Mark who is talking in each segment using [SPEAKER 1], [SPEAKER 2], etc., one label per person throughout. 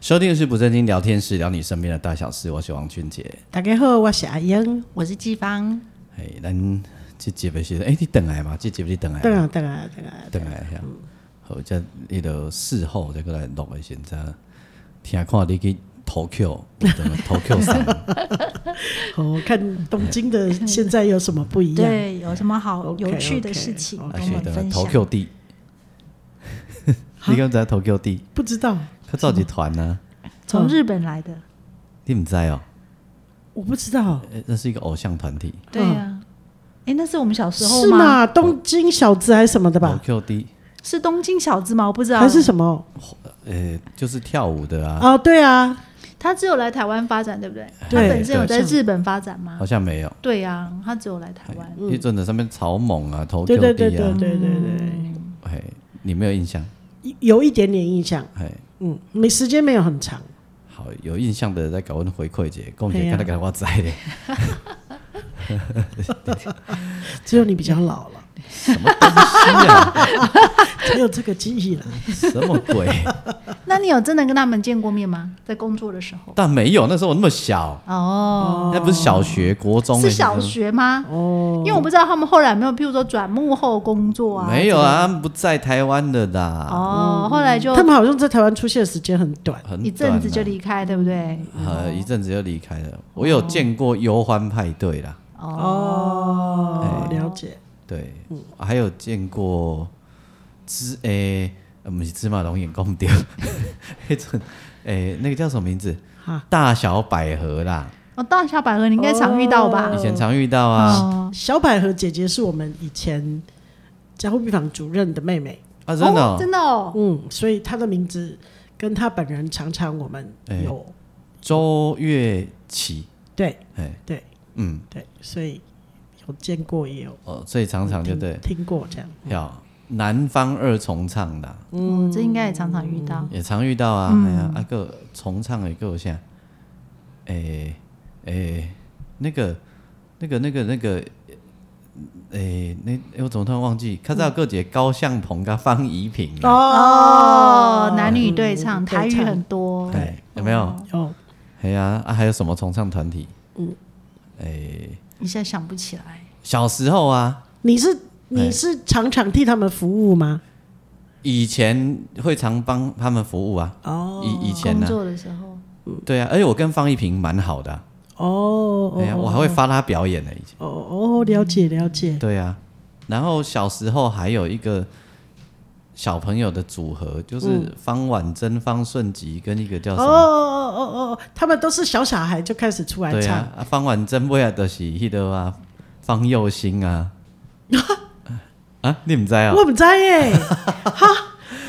[SPEAKER 1] 收听的是不正经聊天室，聊你身边的大小事。我是王俊杰。
[SPEAKER 2] 大家好，我是阿英。
[SPEAKER 3] 我是季芳，
[SPEAKER 1] 哎，咱这集的是，哎、你等来嘛？这集你等来，
[SPEAKER 2] 等啊等啊等啊，
[SPEAKER 1] 等来下。好，这迄个事后再过来录的现在，听看你去投票，怎么投票上？
[SPEAKER 2] 哦，看东京的现在有什么不一样？
[SPEAKER 3] 对，有什么好
[SPEAKER 2] OK，OK，
[SPEAKER 3] 有趣的事情
[SPEAKER 2] 好
[SPEAKER 1] 而
[SPEAKER 3] 跟
[SPEAKER 1] 且
[SPEAKER 3] 我们
[SPEAKER 1] 等
[SPEAKER 3] 分
[SPEAKER 1] 投
[SPEAKER 3] 享？
[SPEAKER 1] 票地，你敢知道投票地？
[SPEAKER 2] 不知道，哦
[SPEAKER 1] 他召集团呢？
[SPEAKER 3] 从日本来的，
[SPEAKER 1] 你唔知哦、
[SPEAKER 2] 我不知道，
[SPEAKER 1] 哎那是一个偶像团体。
[SPEAKER 3] 对呀。哎，那是我们小时候
[SPEAKER 2] 是
[SPEAKER 3] 吗？
[SPEAKER 2] 吗？东京小子还是什么的
[SPEAKER 1] 投
[SPEAKER 2] 吧？
[SPEAKER 1] 票地，
[SPEAKER 3] 是东京小子吗？我不知道，
[SPEAKER 2] 还是什么？
[SPEAKER 1] 呃，就是跳舞的啊，
[SPEAKER 2] 哦，对啊，
[SPEAKER 3] 他只有来台湾发展，对不对？他
[SPEAKER 2] 对
[SPEAKER 3] 本身有在
[SPEAKER 2] 对
[SPEAKER 3] 日本发展吗
[SPEAKER 1] 好？像没有。
[SPEAKER 3] 对呀，他只有来台湾。
[SPEAKER 1] 一阵子上面草蜢啊，投
[SPEAKER 2] 对
[SPEAKER 1] 票
[SPEAKER 2] 对对
[SPEAKER 1] 地
[SPEAKER 2] 对
[SPEAKER 1] 啊，
[SPEAKER 2] 对对对，
[SPEAKER 3] 嗯
[SPEAKER 1] 哎，你没有印象？
[SPEAKER 2] 有一点点印象。
[SPEAKER 1] 哎，
[SPEAKER 2] 嗯，没时间没有很长，
[SPEAKER 1] 好，有印象的再搞阮回馈者，讲
[SPEAKER 2] 嘿
[SPEAKER 1] 者
[SPEAKER 2] 啊
[SPEAKER 1] 敢若敢我知咧，
[SPEAKER 2] 只有你比较老 了，
[SPEAKER 1] 什么东西啊？
[SPEAKER 2] 只有这个记忆了。
[SPEAKER 1] 什么鬼？
[SPEAKER 3] 那你有真的跟他们见过面吗？在工作的时候？
[SPEAKER 1] 但没有，那时候我那么小，
[SPEAKER 3] 哦，
[SPEAKER 1] 那不是小学、国中，
[SPEAKER 3] 是小。学啊吗？
[SPEAKER 2] 哦，
[SPEAKER 3] 因为我不知道他们后来有没有，譬如说转幕后工作啊？
[SPEAKER 1] 没有啊，他们不在台湾的啦，
[SPEAKER 3] 哦，后来就
[SPEAKER 2] 他们好像在台湾出现的时间很短，
[SPEAKER 1] 很
[SPEAKER 3] 一
[SPEAKER 1] 短
[SPEAKER 3] 阵
[SPEAKER 1] 啊
[SPEAKER 3] 子就离开，哦对不对？
[SPEAKER 1] 呃，一阵子就离开了。我有见过忧欢派对啦，
[SPEAKER 2] 哦，了解。
[SPEAKER 1] 对，
[SPEAKER 3] 嗯
[SPEAKER 1] 还有见过芝诶，呃不是芝麻龙眼公掉， 那阵诶那个叫什么名字
[SPEAKER 2] 哈？
[SPEAKER 1] 大小百合啦，
[SPEAKER 3] 哦，大小百合你应该常遇到吧
[SPEAKER 1] 以？前常遇到
[SPEAKER 3] 嗯
[SPEAKER 1] 啊。
[SPEAKER 3] 哦，
[SPEAKER 2] 小百合姐姐是我们以前加护病房主任的妹妹，
[SPEAKER 1] 啊，真的
[SPEAKER 3] 哦
[SPEAKER 1] 哦，
[SPEAKER 3] 真的哦，
[SPEAKER 2] 嗯，所以她的名字跟她本人常常我们
[SPEAKER 1] 哎
[SPEAKER 2] 有、
[SPEAKER 1] 周月琪，
[SPEAKER 2] 对
[SPEAKER 1] 哎，
[SPEAKER 2] 对
[SPEAKER 1] 嗯，
[SPEAKER 2] 对，所以有见过也有
[SPEAKER 1] 哦，所以常常就
[SPEAKER 3] 嗯
[SPEAKER 1] 对，
[SPEAKER 2] 听过这样，
[SPEAKER 1] 要南方二重唱的啊，
[SPEAKER 3] 嗯，这应该也常常遇到。
[SPEAKER 1] 也常遇到啊，哎呀，啊个重唱的个有啥？诶诶，那个那个那个那个，诶，那诶我怎么突然忘记？看到个姐高向鹏跟方怡萍啊，
[SPEAKER 3] 哦，男女对唱，
[SPEAKER 2] 嗯
[SPEAKER 3] 台语很多。
[SPEAKER 1] 哎，有没有？
[SPEAKER 2] 有
[SPEAKER 1] 哎呀，啊还有什么重唱团体？嗯，诶，
[SPEAKER 3] 一下想不起来，
[SPEAKER 1] 小时候啊，
[SPEAKER 2] 你是你是常常替他们服务吗？
[SPEAKER 1] 以前会常帮他们服务啊，
[SPEAKER 2] 哦
[SPEAKER 1] 以以前
[SPEAKER 3] 工
[SPEAKER 1] 呢、
[SPEAKER 3] 作的时候，
[SPEAKER 1] 对啊，而且我跟方一平蛮好的啊、
[SPEAKER 2] 哦
[SPEAKER 1] 哎呀、我还会发他表演呢、以前。
[SPEAKER 2] 哦哦，了
[SPEAKER 3] 嗯
[SPEAKER 2] 解了解，
[SPEAKER 1] 对啊，然后小时候还有一个小朋友的组合，
[SPEAKER 3] 嗯
[SPEAKER 1] 就是方婉珍、方顺吉跟一个叫
[SPEAKER 2] 哦
[SPEAKER 1] 什么？
[SPEAKER 2] 哦哦哦，他们都是小小孩就开始出来
[SPEAKER 1] 对
[SPEAKER 2] 唱，
[SPEAKER 1] 啊，啊方婉珍不要的是那个啊，方佑兴 啊。啊，你们知道
[SPEAKER 2] 我
[SPEAKER 1] 哦？
[SPEAKER 2] 不知耶，哈，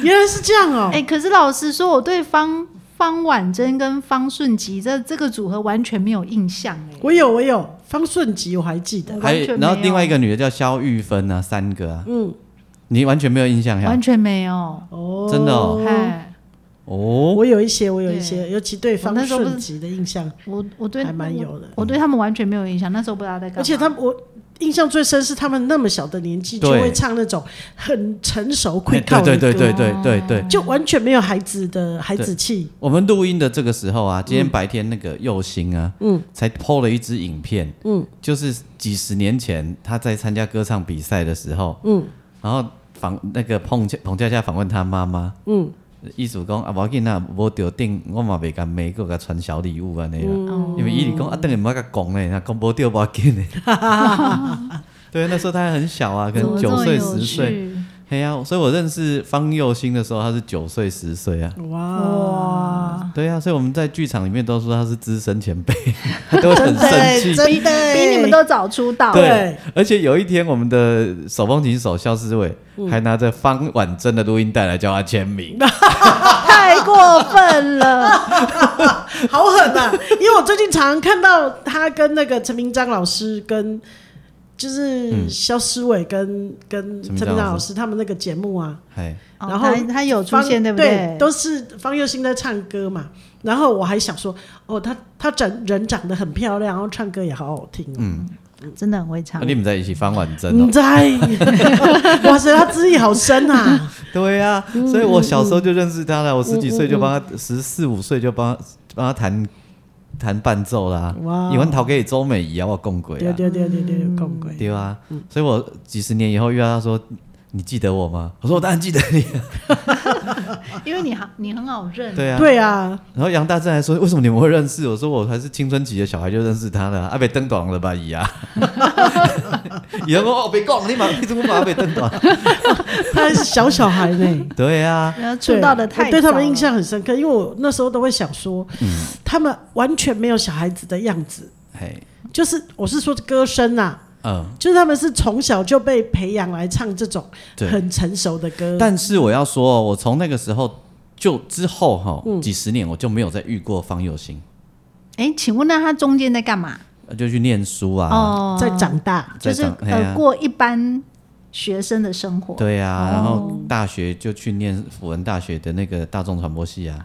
[SPEAKER 2] 原来是这样哦、
[SPEAKER 3] 哎，可是老实说，我对方方婉珍跟方顺吉这这个组合完全没有印象哎。
[SPEAKER 2] 我有我有方顺吉，我还记得，
[SPEAKER 3] 我
[SPEAKER 1] 还
[SPEAKER 3] 完
[SPEAKER 1] 有，
[SPEAKER 3] 全
[SPEAKER 1] 然后
[SPEAKER 3] 没有
[SPEAKER 1] 另外一个女的叫肖玉芬啊，三个啊，
[SPEAKER 2] 嗯，
[SPEAKER 1] 你完全没有印象哎呀
[SPEAKER 3] 完？全没有。
[SPEAKER 2] 哦，
[SPEAKER 1] 真的哦
[SPEAKER 3] 哎，
[SPEAKER 1] 哦，
[SPEAKER 2] 我有一些，我有一些，尤其对方
[SPEAKER 3] 我那时候不是
[SPEAKER 2] 顺吉的印象
[SPEAKER 3] 我我对
[SPEAKER 2] 还蛮有的，
[SPEAKER 3] 我对他们完全没有印象，那时候不知道在干嘛。
[SPEAKER 2] 而且他们我印象最深是他们那么小的年纪就
[SPEAKER 1] 对
[SPEAKER 2] 会唱那种很成熟
[SPEAKER 1] 哎
[SPEAKER 2] 会靠
[SPEAKER 1] 对
[SPEAKER 2] 的
[SPEAKER 1] 对
[SPEAKER 2] 歌，
[SPEAKER 1] 对对对对
[SPEAKER 3] 啊
[SPEAKER 1] 对，
[SPEAKER 2] 就完全没有孩子的孩子气，
[SPEAKER 1] 我们录音的这个时候啊，今天白天那个佑星啊，嗯，才 PO 了一支影片，嗯，就是几十年前他在参加歌唱比赛的时候，嗯，然后访那个彭彭佳佳访问他妈妈，嗯，意思讲啊，无要紧啊，无着定，我嘛袂甲每个甲传小礼物安尼啦，
[SPEAKER 3] 嗯
[SPEAKER 1] 因为伊是讲啊，等下毋要甲讲咧，那讲无着 无要紧咧，对，那时候他还很小啊，可
[SPEAKER 3] 怎
[SPEAKER 1] 能
[SPEAKER 3] 么这
[SPEAKER 1] 九
[SPEAKER 3] 么
[SPEAKER 1] 岁
[SPEAKER 3] 有
[SPEAKER 1] 十岁，
[SPEAKER 3] 趣，
[SPEAKER 1] 嘿呀、所以我认识方佑兴的时候，他是九岁十岁啊。
[SPEAKER 2] 哇，
[SPEAKER 1] 对啊，所以我们在剧场里面都说他是资深前 辈，他都会很生气。
[SPEAKER 2] 真的，
[SPEAKER 3] 比你们都早出道。
[SPEAKER 2] 对
[SPEAKER 1] 对，而且有一天，我们的手风琴手肖思伟
[SPEAKER 2] 嗯
[SPEAKER 1] 还拿着方婉珍的录音带来叫他签名。
[SPEAKER 3] 太过分了！
[SPEAKER 2] 好狠啊！因为我最近常常看到他跟那个陈明章老师跟。就是肖思伟跟、跟陈
[SPEAKER 1] 陈明
[SPEAKER 2] 明
[SPEAKER 1] 章
[SPEAKER 2] 章
[SPEAKER 1] 老
[SPEAKER 2] 老
[SPEAKER 1] 师
[SPEAKER 2] 师他们那个节目啊，
[SPEAKER 1] 嘿，
[SPEAKER 3] 哦
[SPEAKER 2] 然后
[SPEAKER 3] 他他有出
[SPEAKER 2] 方
[SPEAKER 3] 现，对不
[SPEAKER 2] 都是方佑兴在唱歌嘛。然后我还想说，哦，他他长人长得很漂亮，然后唱歌也好好听哦。
[SPEAKER 3] 真的很会唱
[SPEAKER 1] 啊、。你们在一起方婉珍哦
[SPEAKER 2] 你。在？哇塞，他资历好深啊！
[SPEAKER 1] 对啊，所以我小时候就认识他了，我十几岁就帮他，十四五岁就帮他帮他弹弹伴奏啦。
[SPEAKER 2] 哇
[SPEAKER 1] 你们陶给周美仪啊，我共轨
[SPEAKER 2] 对
[SPEAKER 1] 啊，
[SPEAKER 2] 对对对对，共轨。
[SPEAKER 1] 对啊，所以我几十年以后遇到他说。你记得我吗？我说我当然记得你。
[SPEAKER 3] 因为你好，你很好认。
[SPEAKER 1] 对啊，
[SPEAKER 2] 对啊，
[SPEAKER 1] 然后杨大正还说，为什么你们会认识？我说我还是青春期的小孩就认识他了，阿北登短了吧姨啊。 以后说哦，别讲，你马你怎么把阿北登短？。
[SPEAKER 2] 他还是小小孩呢
[SPEAKER 1] 对啊，
[SPEAKER 3] 然后出道的
[SPEAKER 2] 对
[SPEAKER 3] 太
[SPEAKER 2] 我对他
[SPEAKER 3] 早了
[SPEAKER 2] 们印象很深刻，因为我那时候都会想说，他们完全没有小孩子的样子，
[SPEAKER 1] 嘿，
[SPEAKER 2] 就是我是说歌声啊，
[SPEAKER 1] 嗯，
[SPEAKER 2] 就是他们是从小就被培养来唱这种
[SPEAKER 1] 对。
[SPEAKER 2] 很成熟的歌。
[SPEAKER 1] 但是我要说哦，我从那个时候就之后哈、几十年我就没有再遇过方佑兴，
[SPEAKER 3] 哎，请问那他中间在干嘛？
[SPEAKER 1] 呃就去念书啊，
[SPEAKER 3] 哦，
[SPEAKER 2] 在长哎大，
[SPEAKER 1] 在
[SPEAKER 3] 就是
[SPEAKER 1] 长嘿
[SPEAKER 3] 呃
[SPEAKER 1] 啊
[SPEAKER 3] 过一般学生的生活。
[SPEAKER 1] 对呀、然后大学就去念辅仁大学的那个大众传播系啊，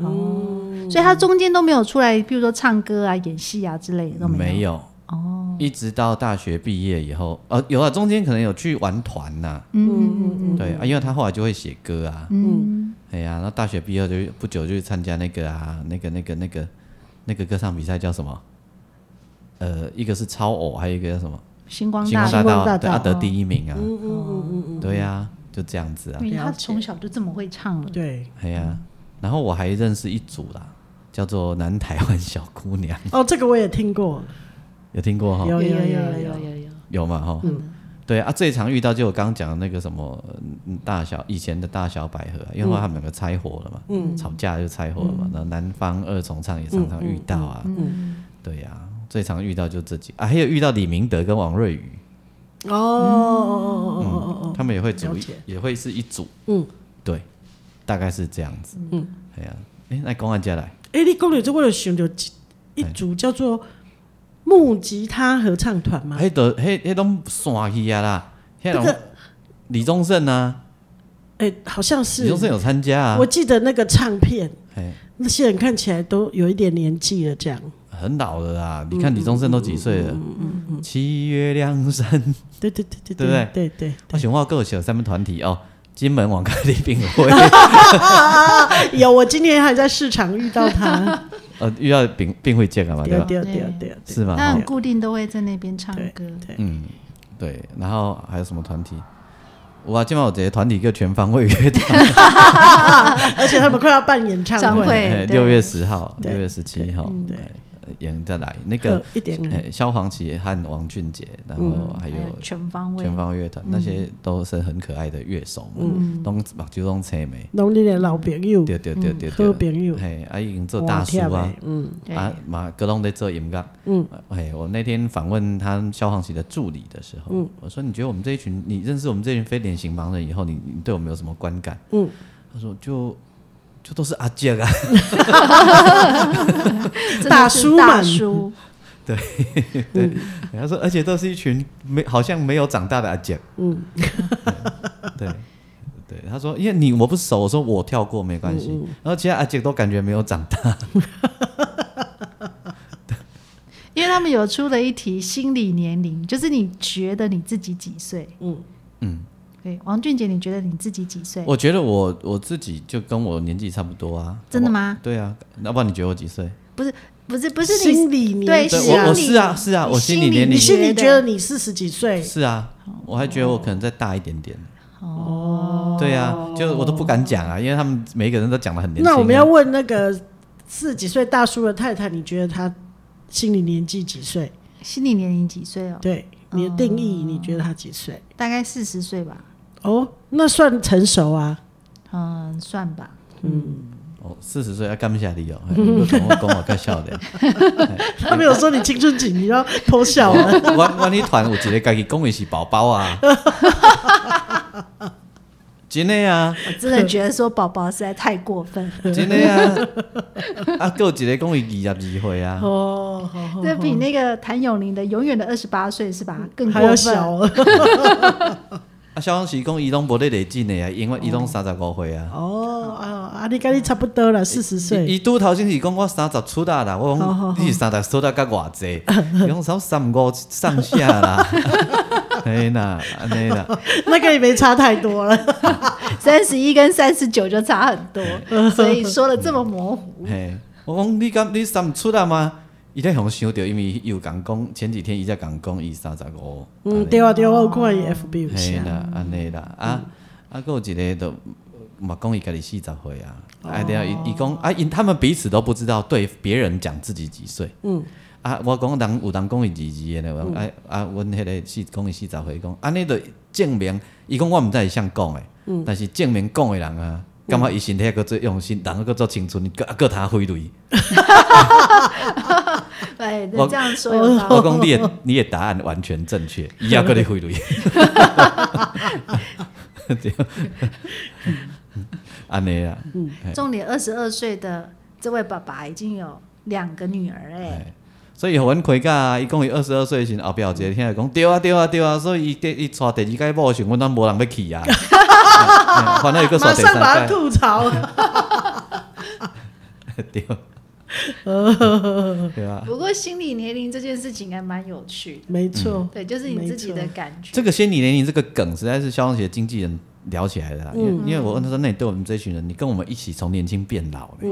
[SPEAKER 3] 所以他中间都没有出来，比如说唱歌啊、演戏啊之类的都
[SPEAKER 1] 没
[SPEAKER 3] 有。
[SPEAKER 1] 有哦，一直到大学毕业以后，呃，有啊，中间可能有去玩团呐、
[SPEAKER 3] 嗯嗯
[SPEAKER 1] 对啊，因为他后来就会写歌啊，
[SPEAKER 3] 嗯
[SPEAKER 1] 哎呀、然后大学毕业就不久就去参加那个啊，那个那个那个那个歌唱比赛叫什么？呃，一个是超偶，还有一个叫什么？
[SPEAKER 3] 嗯，星光
[SPEAKER 1] 星
[SPEAKER 3] 大
[SPEAKER 1] 光
[SPEAKER 3] 道。
[SPEAKER 2] 星光
[SPEAKER 1] 大
[SPEAKER 2] 大道
[SPEAKER 1] 道，他得
[SPEAKER 3] 哦
[SPEAKER 1] 第一名啊，
[SPEAKER 2] 嗯嗯嗯嗯
[SPEAKER 1] 对呀、就这样子啊，
[SPEAKER 3] 因为他
[SPEAKER 2] 了解
[SPEAKER 3] 从小就这么会唱了
[SPEAKER 2] 嗯，。对。
[SPEAKER 1] 哎呀、然后我还认识一组啦，叫做南台湾小姑娘，
[SPEAKER 2] 哦，这个我也听过，
[SPEAKER 1] 有听过哈？
[SPEAKER 2] 有有有
[SPEAKER 3] 有
[SPEAKER 2] 有，
[SPEAKER 3] 有有，
[SPEAKER 1] 有嘛哈？
[SPEAKER 2] 嗯
[SPEAKER 1] 对啊，最常遇到就我刚刚讲的那个什么嗯大小以前的大小百合啊、
[SPEAKER 2] 嗯
[SPEAKER 1] 因为他们两个拆伙了嘛，吵架就拆伙了嘛，然后南方二重唱也常
[SPEAKER 2] 嗯
[SPEAKER 1] 常遇到啊，对呀、最常遇到就这几啊，还有遇到李明德跟王瑞宇，
[SPEAKER 2] 哦哦哦哦
[SPEAKER 1] 嗯
[SPEAKER 2] 哦哦，
[SPEAKER 1] 他们也会组
[SPEAKER 2] 了
[SPEAKER 1] 一
[SPEAKER 2] 解，
[SPEAKER 1] 也会是一组，
[SPEAKER 2] 嗯，
[SPEAKER 1] 对，大概是这样子，嗯，哎呀、哎、那公安家来，
[SPEAKER 2] 哎，你公牛这我有想到一一组叫做木吉他合唱团嘛，
[SPEAKER 1] 迄都迄迄拢散去啊啦，迄
[SPEAKER 2] 这
[SPEAKER 1] 种李宗盛啊，
[SPEAKER 2] 哎，好像
[SPEAKER 1] 李
[SPEAKER 2] 是
[SPEAKER 1] 宗，盛有参加啊
[SPEAKER 2] 我，记得那个唱片，
[SPEAKER 1] 哎，
[SPEAKER 2] 那些人看起来都有一点年纪了，这样，
[SPEAKER 1] 很老了啦，你看李宗盛都几岁了？七月亮山，
[SPEAKER 2] 对对对对
[SPEAKER 1] 对不对
[SPEAKER 2] 对对
[SPEAKER 1] 我想我够小三们团体哦， 金门网咖礼品会，
[SPEAKER 2] 对， 有，我今天还在市场遇到 他，
[SPEAKER 1] 呃，遇到饼饼会见啊嘛，对
[SPEAKER 2] 对
[SPEAKER 1] 吧？
[SPEAKER 2] 对对对，对
[SPEAKER 1] 是吗？哦
[SPEAKER 3] 他很
[SPEAKER 1] 哈
[SPEAKER 3] 固定都会在那边唱
[SPEAKER 2] 对
[SPEAKER 3] 歌。
[SPEAKER 2] 对，
[SPEAKER 1] 嗯，对，然后还有什么团体？哇，今晚有一个团体叫全方位乐团，
[SPEAKER 2] 而且他们快要办演唱
[SPEAKER 3] 张
[SPEAKER 2] 会，
[SPEAKER 3] 惠
[SPEAKER 1] 哎
[SPEAKER 3] 对
[SPEAKER 1] 六月十号、
[SPEAKER 2] 对
[SPEAKER 1] 六月十七号，
[SPEAKER 2] 对
[SPEAKER 1] 哎演再来那个
[SPEAKER 2] 呃一点
[SPEAKER 1] 哎，萧煌奇和王俊杰，然后还有
[SPEAKER 3] 全方位
[SPEAKER 1] 全，方乐团，那些都是很可爱的乐手们，拢目睭拢青梅，
[SPEAKER 2] 拢你的老朋友，
[SPEAKER 1] 对对对对
[SPEAKER 2] 好
[SPEAKER 1] 对，
[SPEAKER 2] 朋友，
[SPEAKER 1] 嘿，啊已经做大叔
[SPEAKER 2] 哇
[SPEAKER 1] 啊
[SPEAKER 2] 忝的，嗯。
[SPEAKER 3] 对
[SPEAKER 1] 啊嘛，各拢在做音乐，嗯，哎，我那天访问他萧煌奇的助理的时候，我说你觉得我们这一群，你认识我们这群非典型盲人以后，你你对我们有什么观感？嗯，他说就就都是阿杰啊，
[SPEAKER 3] 真的是
[SPEAKER 2] 大叔嘛
[SPEAKER 3] 大叔，
[SPEAKER 1] 他说而且都是一群没好像没有长大的阿杰， 嗯，对。对，他说，因为你我不熟，我说我跳过没关系。然后其他阿杰都感觉没有长大，
[SPEAKER 3] 因为他们有出了一题心理年龄，就是你觉得你自己几岁？嗯
[SPEAKER 1] 嗯，
[SPEAKER 3] 对，王俊杰，你觉得你自己几岁？
[SPEAKER 1] 我觉得我我自己就跟我年纪差不多啊。
[SPEAKER 3] 真的吗
[SPEAKER 1] 我？对啊，要不然你觉得我几岁？
[SPEAKER 3] 不是，不是，不是你
[SPEAKER 2] 心理年
[SPEAKER 3] 对
[SPEAKER 2] 纪
[SPEAKER 1] 对
[SPEAKER 3] 心
[SPEAKER 1] 我我
[SPEAKER 2] 啊，
[SPEAKER 3] 理
[SPEAKER 1] 是啊是啊
[SPEAKER 3] 你
[SPEAKER 1] 我心理年
[SPEAKER 2] 你
[SPEAKER 1] 龄
[SPEAKER 2] 心里觉
[SPEAKER 3] 得
[SPEAKER 2] 得你四十几岁，
[SPEAKER 1] 是啊，我还觉得我可能再大一点点。哦，对啊，就我都不敢讲啊，因为他们每一个人都讲的很年轻啊、
[SPEAKER 2] 那我们要问那个四十几岁大叔的太太，你觉得他心理年纪几岁？
[SPEAKER 3] 心理年龄几岁哦？
[SPEAKER 2] 对，你的定义，你觉得他几岁？
[SPEAKER 3] 大概四十岁吧。
[SPEAKER 2] 哦，那算成熟啊。
[SPEAKER 3] 嗯，算吧。
[SPEAKER 1] 哦，四十岁要干不下你哦，嘿你讲我讲我较少年。
[SPEAKER 2] 他没有说你青春期，你要偷 笑啊了。
[SPEAKER 1] 我我迄团有一个家己讲伊是宝宝啊， 真的啊，
[SPEAKER 3] 我真的觉得说宝宝实在太过分 了，
[SPEAKER 1] 真的啊，啊，还有一个讲伊二十二岁啊，
[SPEAKER 2] 哦，好好
[SPEAKER 3] 这比那个谭咏麟的《永远的二十八岁》是吧？更
[SPEAKER 2] 嗯还要
[SPEAKER 3] 过
[SPEAKER 2] 小
[SPEAKER 3] 分。
[SPEAKER 2] 了。
[SPEAKER 1] 啊，肖央是讲伊拢无咧累进的啊，因为伊拢三十五岁啊，
[SPEAKER 2] 哦啊，啊，你跟你差不多 了，四十岁。
[SPEAKER 1] 伊拄头先是讲我三十出啊啦，我
[SPEAKER 2] 好好
[SPEAKER 1] 讲你是三十出啊，甲偌济，伊讲少三五上下啦，哎啦，安尼啦，
[SPEAKER 2] 那个也没差太多了。
[SPEAKER 3] 三十一跟三十九就差很多，所以说的这么模糊。
[SPEAKER 1] 嘿，我讲你敢你三十出啊吗？伊在互想着，因为伊有共讲前几天伊在共讲伊三十五，
[SPEAKER 2] 嗯，对啊，对啊，我有看伊 FB 有
[SPEAKER 1] 哎嘿
[SPEAKER 2] 写。
[SPEAKER 1] 啦，安尼啦，啊啊，还有一个都嘛讲伊家己四十岁啊，啊对啊，伊伊讲啊，因他们彼此都不知道对别人讲自己几岁，嗯，啊，我讲人有人讲伊二二的呢，我讲啊啊，阮迄个四讲伊四十岁，讲安尼就证明，伊讲我毋知是倽讲的，但是证明讲的人啊。感觉伊身体个做用心，人个做青春，个个他挥泪。
[SPEAKER 3] 哎对，
[SPEAKER 1] 我
[SPEAKER 3] 这样
[SPEAKER 2] 呃
[SPEAKER 3] 说有道理
[SPEAKER 1] 我讲你的你的答案完全正确，伊也个咧挥泪。 对，安尼啊，
[SPEAKER 2] 嗯
[SPEAKER 3] 重点，二十二岁的这位爸爸已经有两个女儿哎、
[SPEAKER 1] 哎所以阮开价，伊讲伊二十二岁时候，后壁有一个听讲对啊对啊对啊，所以伊第伊娶第二届某的时候，阮当无人要去 啊。哎反正伊个娶
[SPEAKER 2] 马
[SPEAKER 1] 第
[SPEAKER 2] 上把
[SPEAKER 1] 三
[SPEAKER 2] 他
[SPEAKER 1] 嗯届，
[SPEAKER 2] 吐槽。
[SPEAKER 1] 对， 对啊。
[SPEAKER 3] 不过心理年龄这件事情还蛮有趣的，
[SPEAKER 2] 没错，
[SPEAKER 3] 对，就是你自己的
[SPEAKER 2] 没
[SPEAKER 3] 感觉。
[SPEAKER 1] 这个心理年龄这个梗，实在是肖邦杰经纪人聊起来的、啊，因为、因为我问他说：“那你对我们这群人，你跟我们一起从年轻变老、欸？”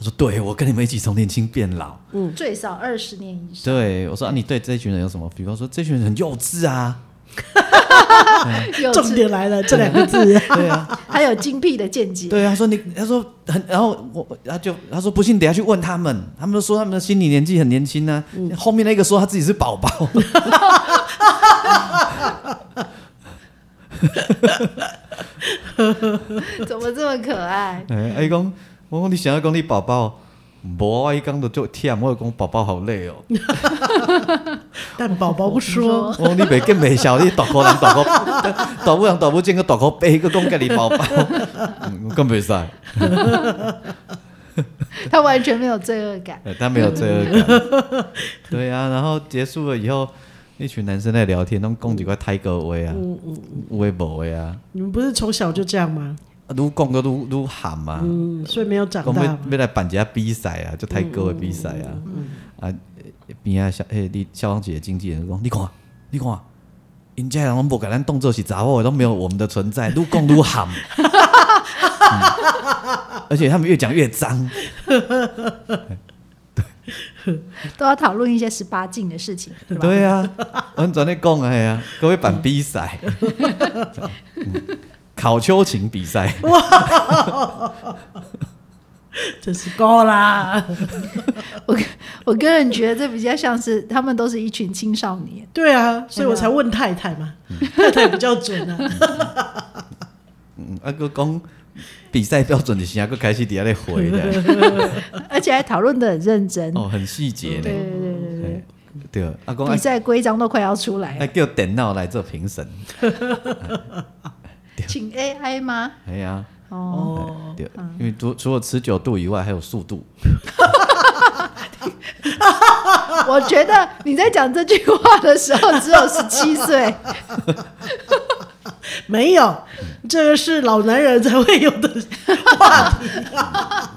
[SPEAKER 1] 他说：“对，我跟你们一起从年轻变老。
[SPEAKER 2] 嗯
[SPEAKER 3] 最少二十年以上，
[SPEAKER 1] 对，我说：“啊，你对这群人有什么？比方说，这群人很幼稚啊，
[SPEAKER 3] 幼
[SPEAKER 2] 重
[SPEAKER 3] 稚，
[SPEAKER 2] 点来了，这两 个字。
[SPEAKER 1] 对啊，
[SPEAKER 3] 还有精辟的见解。
[SPEAKER 1] 对啊。”他说：“你，他说很，然后我，他就他说不信，等下去问他们，他们都说他们的心理年纪很年轻啊。后面那个说他自己是宝宝，
[SPEAKER 3] 怎么这么可爱？
[SPEAKER 1] 哎，阿公，我讲你想要讲你宝宝，无啊，伊讲的就忝，我讲宝宝好累哦。”
[SPEAKER 2] 但宝宝不说，
[SPEAKER 1] 我讲你袂见袂晓，你大个人大个，大母人大母见个大个背个讲家己 包包，嗯更袂使。
[SPEAKER 3] 他完全没有罪恶感。
[SPEAKER 1] 呃他没有罪恶感。对啊，然后结束了以后，一群男生在聊天，拢讲几块泰戈威啊，
[SPEAKER 2] 嗯
[SPEAKER 1] 微博的啊，
[SPEAKER 2] 你们不是从小就这样吗？
[SPEAKER 1] 啊愈讲个愈愈喊嘛，
[SPEAKER 2] 嗯，所以没有长
[SPEAKER 1] 讲要
[SPEAKER 2] 大。
[SPEAKER 1] 要来办一下比赛啊，就泰戈的比赛
[SPEAKER 3] 嗯
[SPEAKER 1] 啊，啊边啊小诶，你消防姐的经纪人就讲，你看，你看。啊人家人拢无把咱当做是查某的，都没有我们的存在，愈讲愈喊、嗯而且他们越讲越脏。
[SPEAKER 3] 都要讨论一些十八禁的事情，对吧？
[SPEAKER 1] 对啊，阮昨天讲的嘿啊，各位办比赛，嗯考秋情比赛，
[SPEAKER 2] 真是够啦！
[SPEAKER 3] 我个人觉得这比较像是他们都是一群青少年，
[SPEAKER 2] 对啊，所以我才问太太嘛，太太比较准啊。
[SPEAKER 1] 嗯啊个讲比赛标准是啥，个开始底下咧回的，
[SPEAKER 3] 而且还讨论的很认真。
[SPEAKER 1] 哦，很细
[SPEAKER 3] 对
[SPEAKER 1] 节呢。
[SPEAKER 3] 对对对
[SPEAKER 1] 嘿对，啊讲
[SPEAKER 3] 对，比
[SPEAKER 1] 啊
[SPEAKER 3] 赛规章都快要出来
[SPEAKER 2] 哎
[SPEAKER 1] 啊
[SPEAKER 3] 了，
[SPEAKER 1] 叫电脑来做评审，
[SPEAKER 3] 请 AI 吗？
[SPEAKER 1] 哎呀，
[SPEAKER 3] 哦，
[SPEAKER 2] 哦，
[SPEAKER 1] 对，因为除除了持久度以外，还有速度。
[SPEAKER 3] 我觉得你在讲这句话的时候只有十七 岁，
[SPEAKER 2] 没有，这个是老男人才会有的。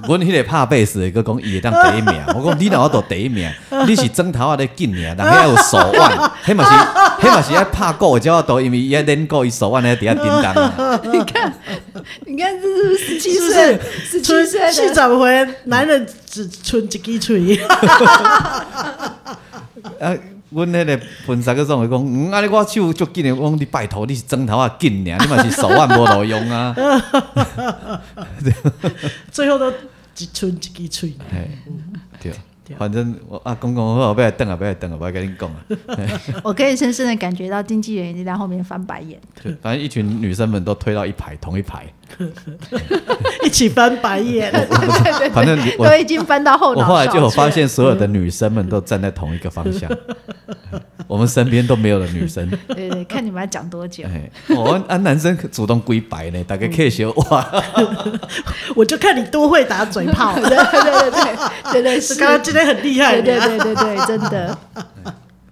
[SPEAKER 1] 阮迄个拍贝斯的，佮讲伊会当第一 名，我讲你哪有都第一名，你是枕头啊咧紧尔，人遐有手腕， 迄嘛是迄嘛是爱拍鼓的，只我都因为伊爱练鼓，伊手腕咧伫遐叮 当。啊
[SPEAKER 3] 你看这是不是十七
[SPEAKER 2] 是不
[SPEAKER 3] 岁？
[SPEAKER 2] 是
[SPEAKER 3] 十七岁
[SPEAKER 2] 市
[SPEAKER 3] 的
[SPEAKER 2] 长回男人只存一支嘴，
[SPEAKER 1] 啊，阮迄个分三个总伊讲，嗯，安尼我手足紧的，我讲你拜托，你是枕头啊紧尔，你嘛是手腕无路用 啊。
[SPEAKER 2] 最后都只存一支嘴。
[SPEAKER 1] 嘿对，
[SPEAKER 2] 对
[SPEAKER 1] 反正我啊，公公我不要等啊，不要等啊，不要跟你讲啊。
[SPEAKER 3] 我可以深深的感觉到经纪人已经在后面翻 白眼。
[SPEAKER 1] 就反正一群女生们都推到一排，同一排。
[SPEAKER 2] 一起翻白眼。
[SPEAKER 1] 反正我
[SPEAKER 3] 都已经翻到后脑
[SPEAKER 1] 我
[SPEAKER 3] 勺
[SPEAKER 1] 后来就有
[SPEAKER 3] 去了
[SPEAKER 1] 发现，所有的女生们都站在同一个方向，我们身边都没有的女生。
[SPEAKER 3] 对对，看你们要讲多久。
[SPEAKER 1] 哎，我按男生主动归白呢，大概可以学哇，
[SPEAKER 2] 我就看你多会打嘴炮。
[SPEAKER 3] 对对对对，真的 是，
[SPEAKER 2] 刚刚今天很厉害，
[SPEAKER 3] 对对对对对，真的，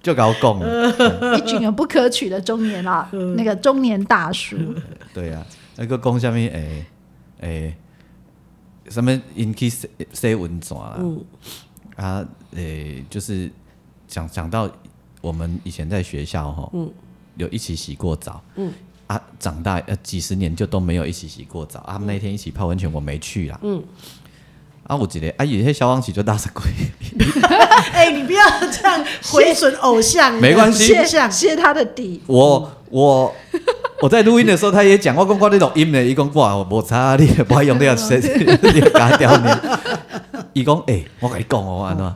[SPEAKER 1] 就搞拱了。
[SPEAKER 3] 一群有不可取的中年啊，
[SPEAKER 2] 嗯
[SPEAKER 3] 那个中年大叔，
[SPEAKER 1] 对啊，那个拱下面哎哎，什么引起洗洗温泉啦，啊诶，就是讲讲到我们以前在学校哈，有一起洗过澡，嗯。啊，长大呃几十年就都没有一起洗过澡。啊、他们那天一起泡温泉，我没去啦。嗯，啊，我记得啊，有些消防局就大声鬼，
[SPEAKER 2] 哎、你不要这样毁损偶像，
[SPEAKER 1] 没关系
[SPEAKER 3] 谢
[SPEAKER 2] 现象
[SPEAKER 3] 谢他的底，
[SPEAKER 1] 我我我在录音的时候，他也讲，我讲我你录音呢，伊讲哇，我无差你，不爱用这个声，你嘎掉你。伊讲诶，我跟你讲哦，安怎？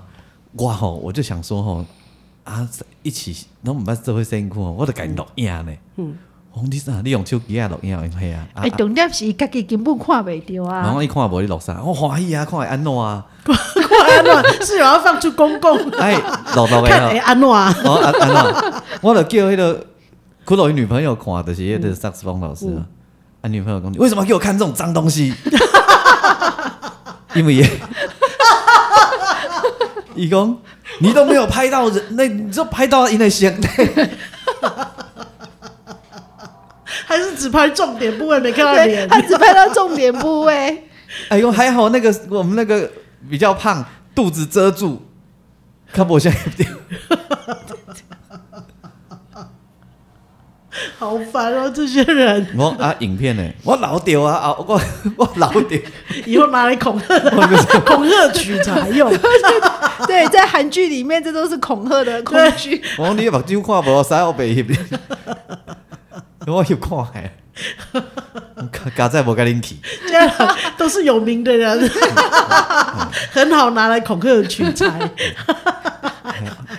[SPEAKER 1] 我吼，我就想说吼，啊，一起，拢毋捌做伙辛苦哦，我就甲伊录影呢。嗯，我讲你啥？你用手机啊录影，嘿啊。啊
[SPEAKER 3] 哎，重点是他自己根本看袂到
[SPEAKER 1] 然
[SPEAKER 3] 啊
[SPEAKER 1] 后，一看无你录啥，我欢喜啊，看会安怎啊？
[SPEAKER 2] 安诺是有要放出公共，
[SPEAKER 1] 哎，录录
[SPEAKER 2] 看哎
[SPEAKER 1] 诶
[SPEAKER 2] 安诺啊，
[SPEAKER 1] 哦，安安怎？我就叫迄个骷髅伊女朋友看，就是迄个萨克斯风老师啊。啊，女朋友讲你为什么给我看这种脏东西？ 因为也， 伊讲你都没有拍到人，那你就拍到因的香
[SPEAKER 2] 还是只拍重点部位没看到
[SPEAKER 3] 对
[SPEAKER 2] 脸，
[SPEAKER 3] 他只拍到重点部位，
[SPEAKER 1] 哎呦，还好那个我们那个比较胖，肚子遮住，看不我现在。
[SPEAKER 2] 好烦哦！这些人
[SPEAKER 1] 我讲啊，影片呢？我老屌啊啊！我 我老屌，
[SPEAKER 2] 以后拿来恐吓，恐吓取材用。
[SPEAKER 3] 对，在韩剧里面这都是恐吓的恐惧，
[SPEAKER 1] 我讲你的目睭看无，使我白翕你。 我翕看下，我 加载无甲恁去，
[SPEAKER 2] 这样都是有名的人，很好拿来恐吓取材。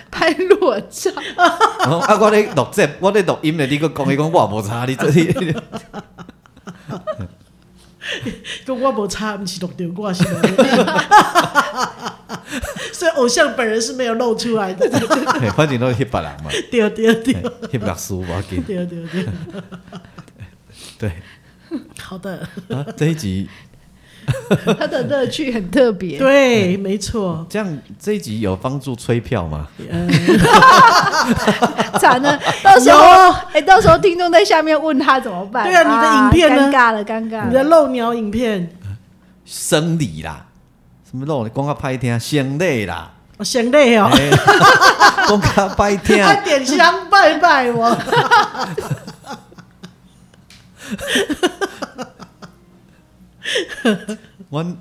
[SPEAKER 3] 拍裸照，
[SPEAKER 1] 我讲啊，我咧录节，我咧录音咧，你佫讲伊讲我也无差，你这里
[SPEAKER 2] 跟我无差，不是六丢挂是吗？所以偶像本人是没有露出来的，
[SPEAKER 1] 嘿反正都翕别人嘛，
[SPEAKER 2] 丢丢丢
[SPEAKER 1] 嘿翕律师无要紧。
[SPEAKER 2] 丢丢丢。
[SPEAKER 1] 对，
[SPEAKER 2] 好的，
[SPEAKER 1] 啊，这一集
[SPEAKER 3] 他的乐趣很特别，
[SPEAKER 2] 对，没错。
[SPEAKER 1] 这样，这一集有帮助催票吗？
[SPEAKER 3] 惨了，到时
[SPEAKER 2] 啊有啊
[SPEAKER 3] 候哎，到时候听众在下面问他怎么办？
[SPEAKER 2] 对啊你的影片呢
[SPEAKER 3] 尴尬了，尴尬
[SPEAKER 2] 你的
[SPEAKER 3] 了，
[SPEAKER 2] 漏鸟影片，
[SPEAKER 1] 生理啦，什么肉？你讲较歹听，生理啦，
[SPEAKER 2] 我嫌累哦，
[SPEAKER 1] 嘿 讲较歹听，
[SPEAKER 2] 他点香拜拜我。
[SPEAKER 1] 阮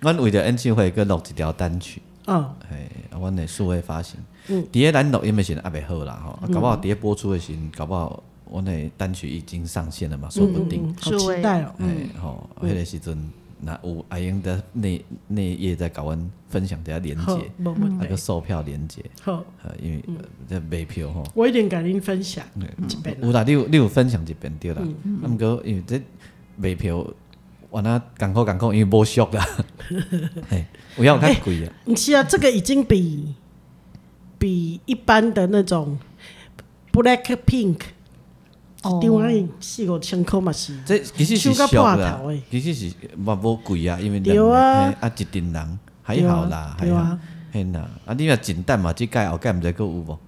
[SPEAKER 1] 阮为着演唱会，佮录一条单曲。
[SPEAKER 2] 哦，
[SPEAKER 1] 嘿，啊，阮的数位发行，伫咧咱录音的时阵还袂好啦吼，啊搞不好伫咧播出的时阵，搞不好阮的单曲已经上线了嘛，说不定。
[SPEAKER 2] 好
[SPEAKER 3] 是
[SPEAKER 2] 期
[SPEAKER 3] 欸
[SPEAKER 2] 待哦。
[SPEAKER 1] 嘿，吼，迄个时阵，若有阿英的内内页在甲阮分享一下连
[SPEAKER 2] 好
[SPEAKER 1] 接，，
[SPEAKER 2] 没问
[SPEAKER 1] 那
[SPEAKER 2] 题
[SPEAKER 1] 个。售票连接，
[SPEAKER 2] 好，
[SPEAKER 1] 呃，因为呃这卖票吼。
[SPEAKER 2] 我一定跟您分享一遍。
[SPEAKER 1] 有啦，你有你有分享一遍对啦。啊，毋过因为这卖票，原来艰苦艰苦，因为无俗啦。嘿，有要有较贵啊。
[SPEAKER 2] 不是啊，这个已经比比一般的那种 Black Pink
[SPEAKER 3] 哦
[SPEAKER 2] 丢安四五千块嘛是。
[SPEAKER 1] 这其实是
[SPEAKER 2] 手到
[SPEAKER 1] 俗
[SPEAKER 2] 半
[SPEAKER 1] 啦
[SPEAKER 2] 头的，
[SPEAKER 1] 其实是嘛无贵啊，因为
[SPEAKER 2] 对
[SPEAKER 1] 人的
[SPEAKER 2] 啊
[SPEAKER 1] 嘿啊一群人还
[SPEAKER 2] 对啊
[SPEAKER 1] 好啦，还
[SPEAKER 2] 对
[SPEAKER 1] 好
[SPEAKER 2] 啊，
[SPEAKER 1] 嘿啦，啊你若简单嘛，即届后届毋知佫有无？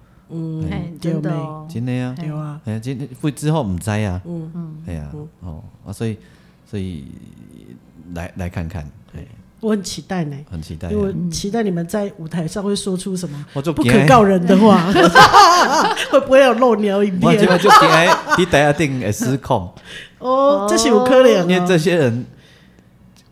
[SPEAKER 3] 哎，真的哦，
[SPEAKER 1] 真的啊，
[SPEAKER 2] 哦对啊，
[SPEAKER 1] 哎，真的会之后毋知啊，嗯嗯，哎呀，哦啊，所以所以来来看看，嘿
[SPEAKER 2] 我很期待呢，
[SPEAKER 1] 很期待啊
[SPEAKER 2] 因。为我期待你们在舞台上会说出什么
[SPEAKER 1] 我就
[SPEAKER 2] 不
[SPEAKER 1] 怕
[SPEAKER 2] 可告人的话， 会不会有漏鸟影
[SPEAKER 1] 我即
[SPEAKER 2] 片？
[SPEAKER 1] 摆就惊伫台下顶会失 控，
[SPEAKER 2] 哦，这是有可能
[SPEAKER 1] 因为
[SPEAKER 2] 哦。
[SPEAKER 1] 这些人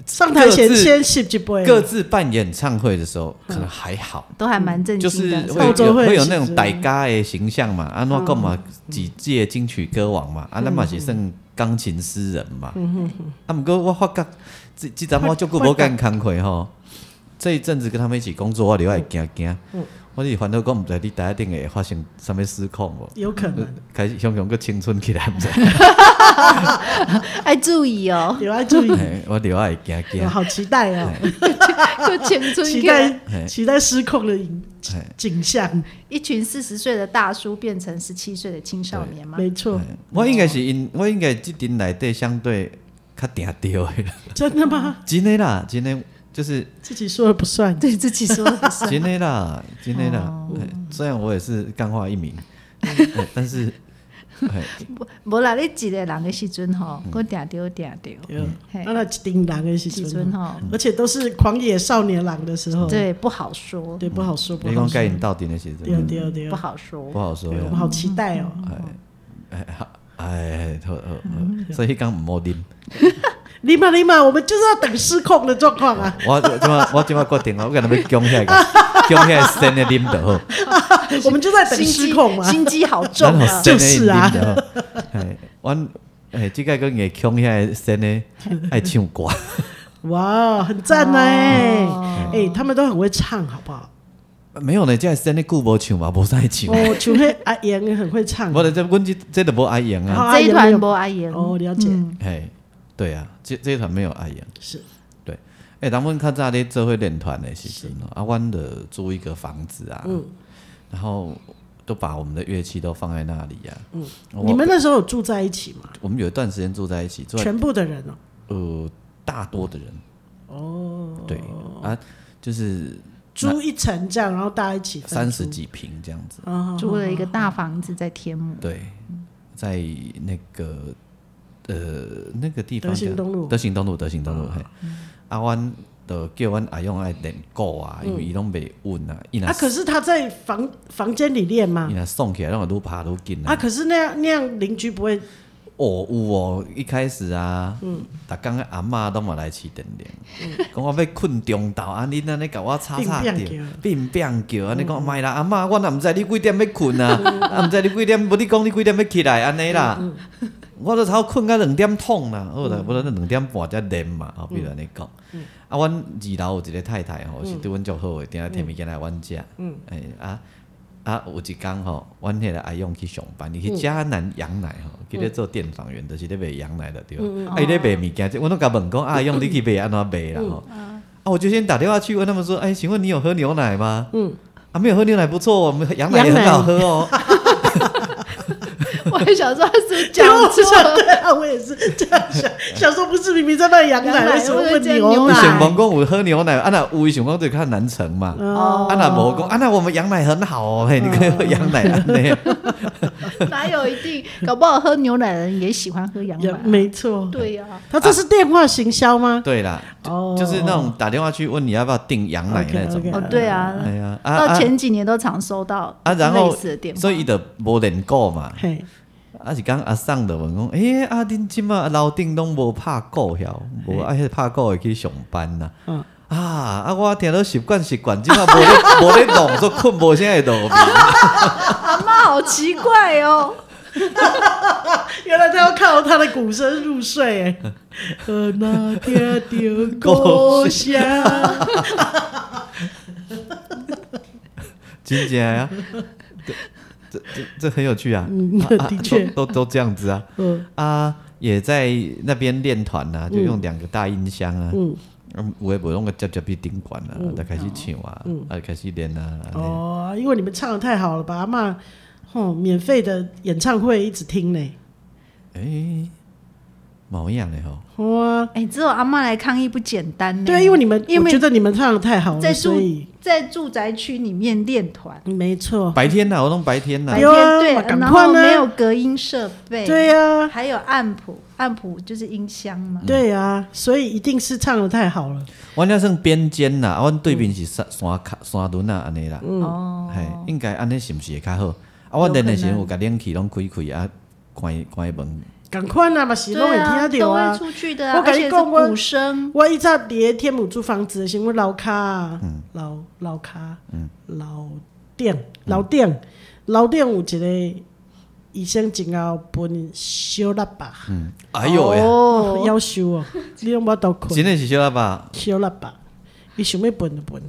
[SPEAKER 2] 上台前
[SPEAKER 1] 各自
[SPEAKER 2] 先洗一杯，
[SPEAKER 1] 各自办演唱会的时候可能还好，
[SPEAKER 3] 都还蛮震
[SPEAKER 1] 就
[SPEAKER 3] 惊
[SPEAKER 1] 是
[SPEAKER 3] 的，哦
[SPEAKER 1] 会
[SPEAKER 2] 澳洲
[SPEAKER 1] 有
[SPEAKER 2] 会
[SPEAKER 1] 会有
[SPEAKER 2] 是
[SPEAKER 1] 那种
[SPEAKER 2] 这样
[SPEAKER 1] 傣咖的形象嘛，安怎讲嘛，几届金曲歌王嘛，啊，咱嘛
[SPEAKER 3] 嗯
[SPEAKER 1] 是算钢琴诗人嘛，啊，毋过我发觉即即阵我足久无干工课吼，这一阵子跟他们一起工作，我另外惊惊，
[SPEAKER 3] 嗯
[SPEAKER 1] 我是反倒讲，毋知你台一定会发生啥物失控无？
[SPEAKER 2] 有可能
[SPEAKER 1] 开始熊熊个青春起来，毋知，
[SPEAKER 3] 爱注意 哦，
[SPEAKER 2] 有要注意，
[SPEAKER 1] 嘿啊我另外会惊
[SPEAKER 2] 我
[SPEAKER 1] 惊。
[SPEAKER 2] 好期待哦，
[SPEAKER 3] 就青春
[SPEAKER 2] 期
[SPEAKER 3] 期来，
[SPEAKER 2] 待期待失控的影
[SPEAKER 1] 嘿
[SPEAKER 2] 景象，
[SPEAKER 3] 一群四十岁的大叔变成十七岁的青少年吗？
[SPEAKER 2] 没错
[SPEAKER 1] 嘿，我应该是因，我应该即阵内底相对较定着的，
[SPEAKER 2] 真的吗？
[SPEAKER 1] 真的啦，真的就是
[SPEAKER 3] 嗯
[SPEAKER 2] 自己说了不算，
[SPEAKER 3] 对自己说的 是，
[SPEAKER 1] 真的啦，真的啦。
[SPEAKER 2] 哦
[SPEAKER 1] 嘿虽然我也是干话一名，
[SPEAKER 2] 嗯
[SPEAKER 1] 嘿但是嘿
[SPEAKER 3] 无啦，你一个人的时阵吼，我定丢定丢，
[SPEAKER 2] 对
[SPEAKER 3] 嘿
[SPEAKER 2] 那他叮狼的时嗯
[SPEAKER 3] 时
[SPEAKER 2] 阵
[SPEAKER 3] 阵，吼，
[SPEAKER 1] 嗯
[SPEAKER 2] 而且都是狂野少年郎的时候，
[SPEAKER 3] 对不好说，
[SPEAKER 2] 对，不好说，不
[SPEAKER 1] 你
[SPEAKER 2] 好
[SPEAKER 1] 讲
[SPEAKER 2] 说
[SPEAKER 1] 该，因到顶的时
[SPEAKER 2] 对啊
[SPEAKER 1] 阵，
[SPEAKER 2] 对对
[SPEAKER 3] 不，好说
[SPEAKER 1] 不，好说
[SPEAKER 2] 对我
[SPEAKER 1] 呀
[SPEAKER 2] 们。好期待哦。
[SPEAKER 1] 哎哎，好好
[SPEAKER 2] 嗯啊
[SPEAKER 1] 好，所以讲毋好啉。
[SPEAKER 2] 立马立马，我们就是要等失控的状况啊！
[SPEAKER 1] 我我即马我即马决定了，我可能要 讲遐个，讲遐新的啉就好，嗯
[SPEAKER 2] 我们就在等
[SPEAKER 3] 心
[SPEAKER 2] 失
[SPEAKER 3] 机
[SPEAKER 2] 控嘛。
[SPEAKER 3] 心机好重
[SPEAKER 1] 咱互
[SPEAKER 3] 啊，
[SPEAKER 1] 新的啉就好。哎，阮哎，即个个硬讲遐 新的爱唱歌，
[SPEAKER 2] 哇，很赞呢！
[SPEAKER 3] 哦
[SPEAKER 1] 嗯
[SPEAKER 2] 哎，他们都很会唱，好不好？
[SPEAKER 1] 没有呢，即个新的久无唱嘛，无啥爱唱。
[SPEAKER 2] 哦，琼慧阿妍也很会唱。
[SPEAKER 1] 嗯我咧，这阮即这都无爱用啊。
[SPEAKER 2] 好
[SPEAKER 3] 这一团无阿言，
[SPEAKER 2] 哦，了解，
[SPEAKER 3] 嗯
[SPEAKER 1] 嘿，对啊，这这一团没有爱用。
[SPEAKER 2] 是
[SPEAKER 1] 哎、欸，咱们较早咧做伙练团的时阵哦，啊，阮的租一个房子啊，
[SPEAKER 2] 嗯
[SPEAKER 1] 然后都把我们的乐器都放在那里啊。嗯，
[SPEAKER 2] 你们那时候有住在一起吗？
[SPEAKER 1] 我们有一段时间住在一起，住在
[SPEAKER 2] 全部的人哦，
[SPEAKER 1] 呃大多的人哦，对啊，就是
[SPEAKER 2] 租一层这样，然后大家一起分
[SPEAKER 1] 三十
[SPEAKER 2] 租
[SPEAKER 1] 几平这样子，
[SPEAKER 2] 哦
[SPEAKER 3] 租了一个大房子在天母，
[SPEAKER 1] 对，在那个呃那个地方
[SPEAKER 2] 德行
[SPEAKER 1] 叫
[SPEAKER 2] 东路
[SPEAKER 1] 德行东路，德行东路，嘿，啊，阮就叫阮阿勇爱练鼓啊，因为伊拢袂稳啊，伊若
[SPEAKER 2] 嗯啊，可是他在房房间里练吗
[SPEAKER 1] 伊？若送起来，让我愈爬愈紧
[SPEAKER 2] 啊，
[SPEAKER 1] 啊！
[SPEAKER 2] 可是那样那样邻居不会
[SPEAKER 1] 哦，有哦，一开始啊，
[SPEAKER 2] 嗯
[SPEAKER 1] 逐工个阿嬷拢嘛来饲电铃，讲我要困中昼，啊，恁安尼甲我吵吵
[SPEAKER 2] 乒
[SPEAKER 1] 着
[SPEAKER 2] 乓球，
[SPEAKER 1] 乒乓叫，安尼讲莫啦，阿嬷，我若毋知你几点要困啊，啊，毋知你几点，无你讲你几点要起来，安尼啦。我都超困到两点通啦，好啦，我都两点半才练嘛，后壁安尼讲。啊，阮二楼有一个太太吼，是对阮足好诶，定定摕物件来阮遮。嗯，诶啊啊，有一工吼，阮迄个阿勇去上班，伊去嘉南羊奶吼，去咧做店房员，就是咧卖羊奶的对吧。啊，伊咧卖物件，即我拢甲问讲，啊阿勇你去卖安怎卖啦吼？啊，我就先打电话去问他们说，哎，请问你有喝牛奶吗？嗯，啊，没有喝牛奶不错，我们羊奶也很好喝哦。
[SPEAKER 3] 我还想说他是不是讲
[SPEAKER 2] 对我想
[SPEAKER 3] 错，
[SPEAKER 2] 对 啊，我也是 这样想，想说不是明明在卖羊
[SPEAKER 3] 羊
[SPEAKER 2] 奶，
[SPEAKER 3] 奶
[SPEAKER 2] 为什么哦
[SPEAKER 3] 为什么
[SPEAKER 2] 问
[SPEAKER 3] 叫
[SPEAKER 2] 牛
[SPEAKER 3] 牛
[SPEAKER 1] 你
[SPEAKER 3] 奶
[SPEAKER 1] 想讲有喝牛奶，啊那有伊想讲就较难成嘛。
[SPEAKER 3] 哦
[SPEAKER 1] 啊那无讲，啊那我们羊奶很好哦，嘿，你可以喝羊奶啊，那
[SPEAKER 3] 哪有一定？搞不好喝牛奶的人也喜欢喝羊
[SPEAKER 2] 也
[SPEAKER 3] 奶，啊
[SPEAKER 2] 没错，
[SPEAKER 3] 对呀，
[SPEAKER 2] 他这是电话行销吗？
[SPEAKER 1] 对啦，
[SPEAKER 2] 哦
[SPEAKER 1] 就就是那种打电话去问你要不要订羊奶那种。
[SPEAKER 2] OK，OK
[SPEAKER 3] 哦对啊
[SPEAKER 1] 哎，呀，啊
[SPEAKER 3] 到
[SPEAKER 1] 啊
[SPEAKER 3] 前几年都常收到
[SPEAKER 1] 啊，然
[SPEAKER 3] 类
[SPEAKER 1] 后
[SPEAKER 3] 似的电话，
[SPEAKER 1] 所以伊就无练鼓嘛，
[SPEAKER 2] 嘿，
[SPEAKER 1] 啊是讲阿送的问讲，诶，啊恁即马楼顶拢无拍鼓晓，无啊迄拍鼓会去上班呐。
[SPEAKER 2] 嗯
[SPEAKER 1] 啊啊！我听到习惯习惯， 即马无咧无咧弄，说困无啥会 弄。
[SPEAKER 3] 阿妈好奇怪哦，
[SPEAKER 2] 原来他要靠他的鼓声入睡，哎， 呃，那天丢故乡，
[SPEAKER 1] 真正啊，这这这很有趣啊，
[SPEAKER 2] 嗯
[SPEAKER 1] 啊啊
[SPEAKER 2] 的确
[SPEAKER 1] 都都都这样子啊
[SPEAKER 2] 嗯
[SPEAKER 1] 啊，也在那边练团呐，就用两个大音箱啊，
[SPEAKER 2] 嗯，
[SPEAKER 1] 嗯，有的无用个接接去顶管啊，就开始唱啊，啊开始练啊，安尼
[SPEAKER 2] 嗯哦，因为你们唱的太好了吧，阿妈，哦，免费的演唱会一直听呢，
[SPEAKER 1] 诶，毛样的吼，
[SPEAKER 2] 哇，
[SPEAKER 3] 哎，只有阿妈来抗议不简单呢，
[SPEAKER 2] 对，因为你们，
[SPEAKER 3] 因为
[SPEAKER 2] 我觉得你们唱的太好了，
[SPEAKER 3] 在
[SPEAKER 2] 所
[SPEAKER 3] 住
[SPEAKER 2] 以
[SPEAKER 3] 在住宅区里面练团，
[SPEAKER 2] 没错，
[SPEAKER 1] 白天呐，我弄白天呐
[SPEAKER 2] 哎
[SPEAKER 3] 白，
[SPEAKER 2] 呦
[SPEAKER 3] 天
[SPEAKER 2] 啊
[SPEAKER 3] 对，
[SPEAKER 2] 赶
[SPEAKER 3] 然
[SPEAKER 2] 快
[SPEAKER 3] 后
[SPEAKER 2] 呢
[SPEAKER 3] 没有隔音设备，
[SPEAKER 2] 对 呀、
[SPEAKER 3] 还有暗谱，暗谱就是音箱嘛，
[SPEAKER 2] 对呀、所以一定是唱的太好了。
[SPEAKER 1] 我那算边间呐，啊，阮对
[SPEAKER 2] 嗯
[SPEAKER 1] 面是山山卡山轮啊，安尼啦，
[SPEAKER 3] 哦，
[SPEAKER 1] 嘿，应该安尼是毋是会较好？啊，我
[SPEAKER 3] 有可
[SPEAKER 1] 练的时候
[SPEAKER 3] 能
[SPEAKER 1] 有甲冷气拢开开啊，关关门。
[SPEAKER 2] 赶快啦，嘛是拢会
[SPEAKER 3] 对啊，
[SPEAKER 2] 听得到
[SPEAKER 3] 都
[SPEAKER 2] 啊
[SPEAKER 3] 会！出去的啊，
[SPEAKER 2] 我跟
[SPEAKER 3] 而
[SPEAKER 2] 你
[SPEAKER 3] 且是
[SPEAKER 2] 讲我
[SPEAKER 3] 鼓声，
[SPEAKER 2] 我以前伫天母租房子的时候，我老卡啊，老老卡，老店老店老店有一个医生真后分小喇叭，
[SPEAKER 1] 哎呦喂！
[SPEAKER 3] 哦，
[SPEAKER 2] 夭寿哦，你拢无到
[SPEAKER 1] 真
[SPEAKER 2] 困
[SPEAKER 1] 的是小喇叭，
[SPEAKER 2] 小喇叭，伊想要分就分，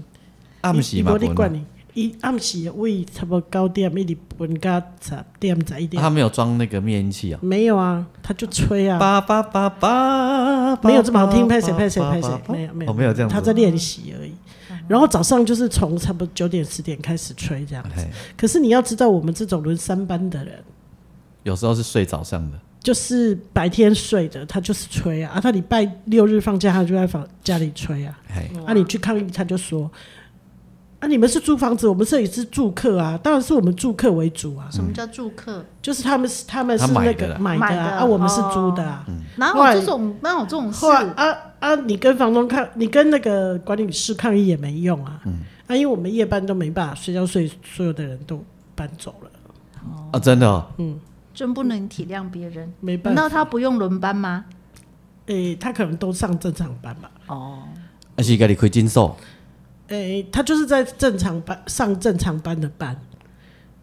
[SPEAKER 1] 暗
[SPEAKER 2] 伊伊
[SPEAKER 1] 时嘛
[SPEAKER 2] 无咧
[SPEAKER 1] 分
[SPEAKER 2] 管
[SPEAKER 1] 啊，
[SPEAKER 2] 伊，伊暗时为差不多九点一直分到十点十一
[SPEAKER 1] 啊他
[SPEAKER 2] 点，
[SPEAKER 1] 没有装那个灭音器啊。
[SPEAKER 2] 没有啊，他就吹啊，
[SPEAKER 1] 叭叭叭叭，
[SPEAKER 2] 没有这么好听，拍谁拍谁拍谁，没有没有，
[SPEAKER 1] 哦我没有这样子。
[SPEAKER 2] 他在练习而已。然后早上就是从差不多九点十点开始吹这样子，
[SPEAKER 1] 嘿
[SPEAKER 2] 可是你要知道，我们这种轮三班的人，
[SPEAKER 1] 有时候是睡早上的，
[SPEAKER 2] 就是白天睡的，他就是吹啊，啊，他礼拜六日放假，他就在房家里吹啊，
[SPEAKER 1] 嘿，
[SPEAKER 2] 啊，你去抗议，他就说，啊，你们是租房子，我们这里是住客啊，当然是我们住客为主啊，
[SPEAKER 3] 什么叫住客？
[SPEAKER 2] 就是他们是他们是
[SPEAKER 1] 嗯他买
[SPEAKER 2] 那
[SPEAKER 1] 的
[SPEAKER 2] 个
[SPEAKER 1] 啦
[SPEAKER 2] 买的
[SPEAKER 3] 买的哦
[SPEAKER 2] 啊，啊，我们是租的啊，
[SPEAKER 3] 哪
[SPEAKER 2] 后来
[SPEAKER 3] 有这种哪有这种事
[SPEAKER 2] 后？来啊啊，你跟房东抗，你跟那个管理室抗议也没用啊，
[SPEAKER 1] 嗯
[SPEAKER 2] 啊，因为我们夜班都没办法睡觉，所以所有的人都搬走了，
[SPEAKER 1] 啊，真的哦，
[SPEAKER 3] 真不能体谅别人。
[SPEAKER 2] 没办
[SPEAKER 3] 难
[SPEAKER 2] 法，
[SPEAKER 3] 道他不用轮班吗？
[SPEAKER 2] 诶、他可能都上正常班吧。
[SPEAKER 3] 哦，
[SPEAKER 1] 而且家里亏金手，
[SPEAKER 2] 诶、他就是在正常班上正常班的班，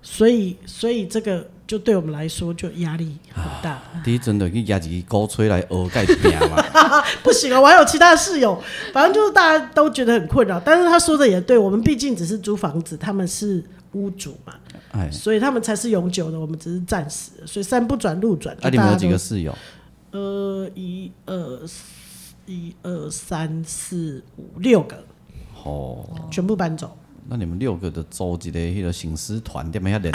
[SPEAKER 2] 所以所以这个就对我们来说就压力很大。
[SPEAKER 1] 第一阵就去压一支鼓吹来学盖饼嘛，
[SPEAKER 2] 不行啊，我还有其他室友，反正就是大家都觉得很困扰。但是他说的也对，我们毕竟只是租房子，他们是屋主嘛，
[SPEAKER 1] 哎，
[SPEAKER 2] 所以他们才是永久的，我们只是暂时的。所以山不转路转，
[SPEAKER 1] 啊，
[SPEAKER 2] 就
[SPEAKER 1] 你
[SPEAKER 2] 大家
[SPEAKER 1] 们有
[SPEAKER 2] 都
[SPEAKER 1] 几个室友？
[SPEAKER 2] 呃，一二一二三四五六个
[SPEAKER 1] 哦，
[SPEAKER 2] 全部搬走。
[SPEAKER 1] 那你们六个的组一个迄个醒狮团，点么遐练？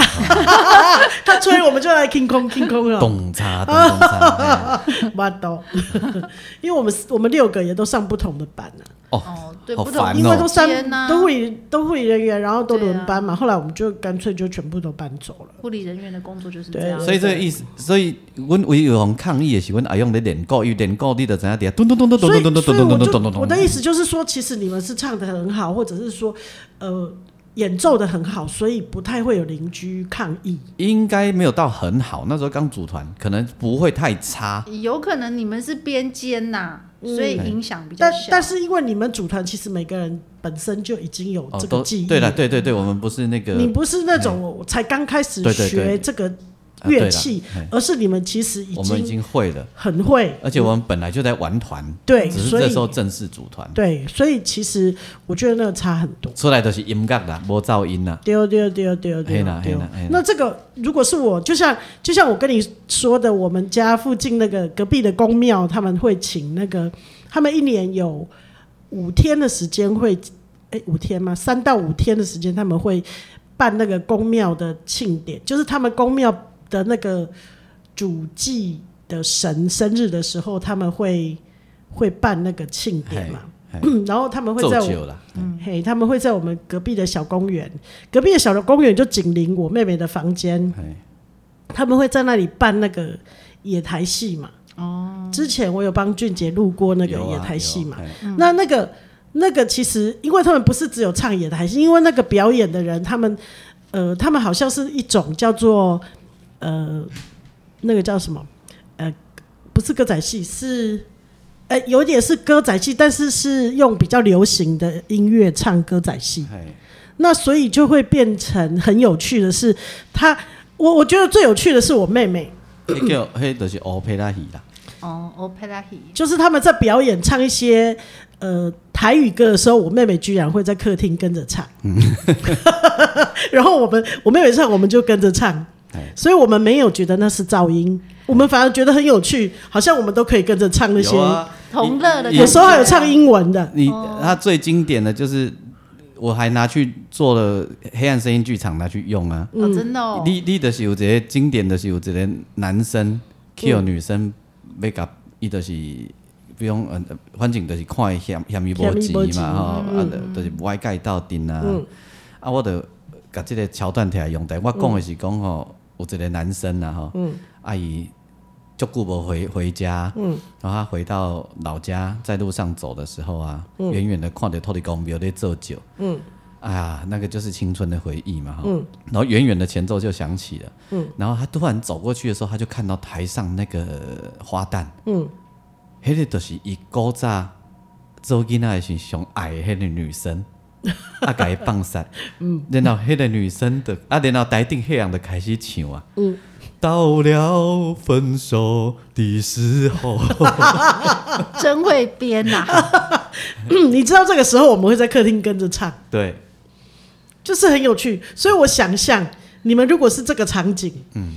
[SPEAKER 2] 他催我们就来 king 空 king 空了。
[SPEAKER 1] 咚叉咚咚叉，嘿
[SPEAKER 2] 巴豆， 因为我们我们六个也都上不同的班啊，
[SPEAKER 1] 哦，
[SPEAKER 3] 哦，对，
[SPEAKER 1] 好
[SPEAKER 3] 不同
[SPEAKER 1] 烦哦
[SPEAKER 2] 因为都上
[SPEAKER 3] 天啊哪
[SPEAKER 2] 都会都会人
[SPEAKER 1] 啊
[SPEAKER 2] 员，然后都轮班嘛。后来我们就干脆就全部都搬走了。
[SPEAKER 3] 护理人员的工作就是
[SPEAKER 2] 对
[SPEAKER 3] 这样。
[SPEAKER 1] 所以这个意思，所以阮唯有人抗议的是，阮阿用咧练鼓，伊练鼓你就知影底下咚咚咚咚咚
[SPEAKER 2] 所以，
[SPEAKER 1] 咚咚
[SPEAKER 2] 所
[SPEAKER 1] 咚
[SPEAKER 2] 以我
[SPEAKER 1] 咚咚咚
[SPEAKER 2] 就
[SPEAKER 1] 咚
[SPEAKER 2] 我的
[SPEAKER 1] 咚。
[SPEAKER 2] 意思就是说，其实你们是唱的很好，或者是说呃演奏的很好，所以不太会有邻居抗议。
[SPEAKER 1] 应该没有到很好，那时候刚组团，可能不会太差。
[SPEAKER 3] 有可能你们是边间呐，所以影响比较
[SPEAKER 2] 但
[SPEAKER 3] 小。
[SPEAKER 2] 嗯但是因为你们组团，其实每个人本身就已经有这个
[SPEAKER 1] 哦都
[SPEAKER 2] 记忆。
[SPEAKER 1] 对了，对对对，我们不是那个
[SPEAKER 2] 你不是那种我才刚开始
[SPEAKER 1] 对对对
[SPEAKER 2] 学这个
[SPEAKER 1] 啊对
[SPEAKER 2] 乐
[SPEAKER 1] 啦
[SPEAKER 2] 器
[SPEAKER 1] 嘿，
[SPEAKER 2] 而是你们其实已
[SPEAKER 1] 我们已
[SPEAKER 2] 经
[SPEAKER 1] 经会了，
[SPEAKER 2] 很会。
[SPEAKER 1] 而且我们本来就在玩团，
[SPEAKER 2] 对，
[SPEAKER 1] 只是
[SPEAKER 2] 所
[SPEAKER 1] 这
[SPEAKER 2] 以
[SPEAKER 1] 时候正式组团
[SPEAKER 2] 对，所以其实我觉得那个差很多。
[SPEAKER 1] 出来都是音乐啦，无噪音啦，
[SPEAKER 2] 丢丢丢丢
[SPEAKER 1] 啊嘿
[SPEAKER 2] 丢
[SPEAKER 1] 啦嘿
[SPEAKER 2] 丢
[SPEAKER 1] 啦嘿啦！
[SPEAKER 2] 那这个如果是我，就像就像我跟你说的，我们家附近那个隔壁的公庙，他们会请那个，他们一年有五天的时间会，哎、五天吗？三到五天的时间，他们会办那个公庙的庆典，就是他们公庙的那个主祭的神生日的时候，他们会会办那个庆典嘛。
[SPEAKER 1] 嘿
[SPEAKER 2] 然后他们会
[SPEAKER 1] 奏
[SPEAKER 2] 在我
[SPEAKER 1] 酒啦，
[SPEAKER 2] 嘿，他们会在我们隔壁的小公园，隔壁的小的公园就紧邻我妹妹的房间，
[SPEAKER 1] 嘿
[SPEAKER 2] 他们会在那里办那个野台戏嘛。哦，之前我有帮俊杰录过那个
[SPEAKER 1] 有啊
[SPEAKER 2] 野台戏嘛，
[SPEAKER 1] 有嘿
[SPEAKER 2] 那那个那个其实，因为他们不是只有唱野台戏，因为那个表演的人，他们呃，他们好像是一种叫做呃，那个叫什么呃，不是歌仔戏，是呃，有点是歌仔戏，但是是用比较流行的音乐唱歌仔戏。
[SPEAKER 1] 嘿
[SPEAKER 2] 那所以就会变成很有趣的是，他我我觉得最有趣的是我妹妹，
[SPEAKER 1] 迄叫迄就是欧佩拉戏啦，
[SPEAKER 3] 哦，opera he，
[SPEAKER 2] 就是他们在表演唱一些呃台语歌的时候，我妹妹居然会在客厅跟着唱， 然后我们我妹妹唱，我们就跟着唱，
[SPEAKER 1] 哎
[SPEAKER 2] 所以我们没有觉得那是噪音，我们反而觉得很有趣，好像我们都可以跟着唱那些，
[SPEAKER 1] 有啊，
[SPEAKER 3] 同乐的感觉
[SPEAKER 2] 有时候还有唱英文的，
[SPEAKER 1] 你他最经典的就是，我还拿去做了黑暗声音剧场拿去用啊。
[SPEAKER 3] 哦，真的哦，
[SPEAKER 1] 你你就是有一个经典，就是有一个男生 kill 女生，要甲伊就是不用呃，反正就是看伊嫌嫌伊无
[SPEAKER 2] 嫌伊无
[SPEAKER 1] 钱
[SPEAKER 2] 钱嗯
[SPEAKER 1] 嘛吼，啊就就是歪解斗阵啊，啊我就甲即个桥段摕来用，但
[SPEAKER 2] 嗯
[SPEAKER 1] 我讲的是讲吼，有一个男生啊吼，啊伊足久无回回家，
[SPEAKER 2] 嗯
[SPEAKER 1] 然后他回到老家，在路上走的时候啊，
[SPEAKER 2] 嗯
[SPEAKER 1] 远远的看着托地公庙在做酒，啊，那个就是青春的回忆嘛，哈、
[SPEAKER 2] 嗯
[SPEAKER 1] 然后远远的前奏就响起了，嗯，然后他突然走过去的时候，他就看到台上那个花旦，嗯，迄个就是伊古早周囡仔的时上爱的迄个女生，啊，甲伊 放杀，嗯，然后迄个女生的，啊，然后台顶迄人就开始唱啊，嗯，到了分手的时候，
[SPEAKER 3] 真会编呐、
[SPEAKER 2] 你知道这个时候我们会在客厅跟着唱，
[SPEAKER 1] 对，
[SPEAKER 2] 就是很有趣。所以我想象你们如果是这个场景，嗯，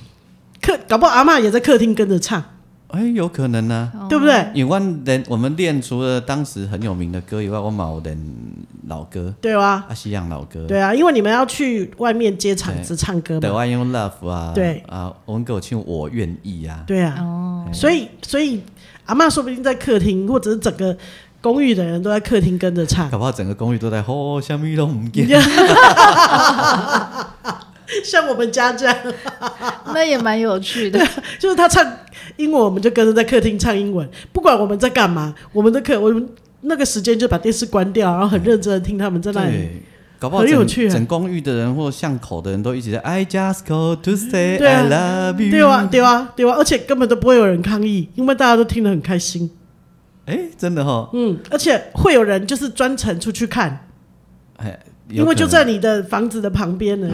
[SPEAKER 2] 客搞不好阿嬷也在客厅跟着唱，
[SPEAKER 1] 哎、有可能呢、
[SPEAKER 2] 对不对？
[SPEAKER 1] 因为阮练我们练除了当时很有名的歌以外，我嘛有练老歌，
[SPEAKER 2] 对吧？
[SPEAKER 1] 啊，西洋老歌，
[SPEAKER 2] 对啊，因为你们要去外面接场子唱歌
[SPEAKER 1] 台
[SPEAKER 2] 嘛，
[SPEAKER 1] 湾用 Love 啊，
[SPEAKER 2] 对
[SPEAKER 1] 啊，我们给我唱我愿意啊，
[SPEAKER 2] 对啊。
[SPEAKER 3] 哦，
[SPEAKER 2] 所以，所以阿嬷说不定在客厅，或者是整个公寓的人都在客厅跟着唱，
[SPEAKER 1] 搞不好整个公寓都在吼，什么都唔见，
[SPEAKER 2] 像我们家这样，
[SPEAKER 3] 那也蛮有趣的。
[SPEAKER 2] 就是他唱英文，我们就跟着在客厅唱英文，不管我们在干嘛，我们的客我们那个时间就把电视关掉，然后很认真的听他们在那里。
[SPEAKER 1] 对，搞不好
[SPEAKER 2] 很
[SPEAKER 1] 整
[SPEAKER 2] 有趣啊
[SPEAKER 1] 整公寓的人或巷口的人都一起在 I just go to say
[SPEAKER 2] 对
[SPEAKER 1] I
[SPEAKER 2] 啊
[SPEAKER 1] love you，
[SPEAKER 2] 对啊，对啊，对啊，而且根本都不会有人抗议，因为大家都听得很开心。
[SPEAKER 1] 哎，真的哈，
[SPEAKER 2] 嗯，而且会有人就是专程出去看，
[SPEAKER 1] 哎，有
[SPEAKER 2] 因为就
[SPEAKER 1] 可能
[SPEAKER 2] 在你的房子的旁边呢。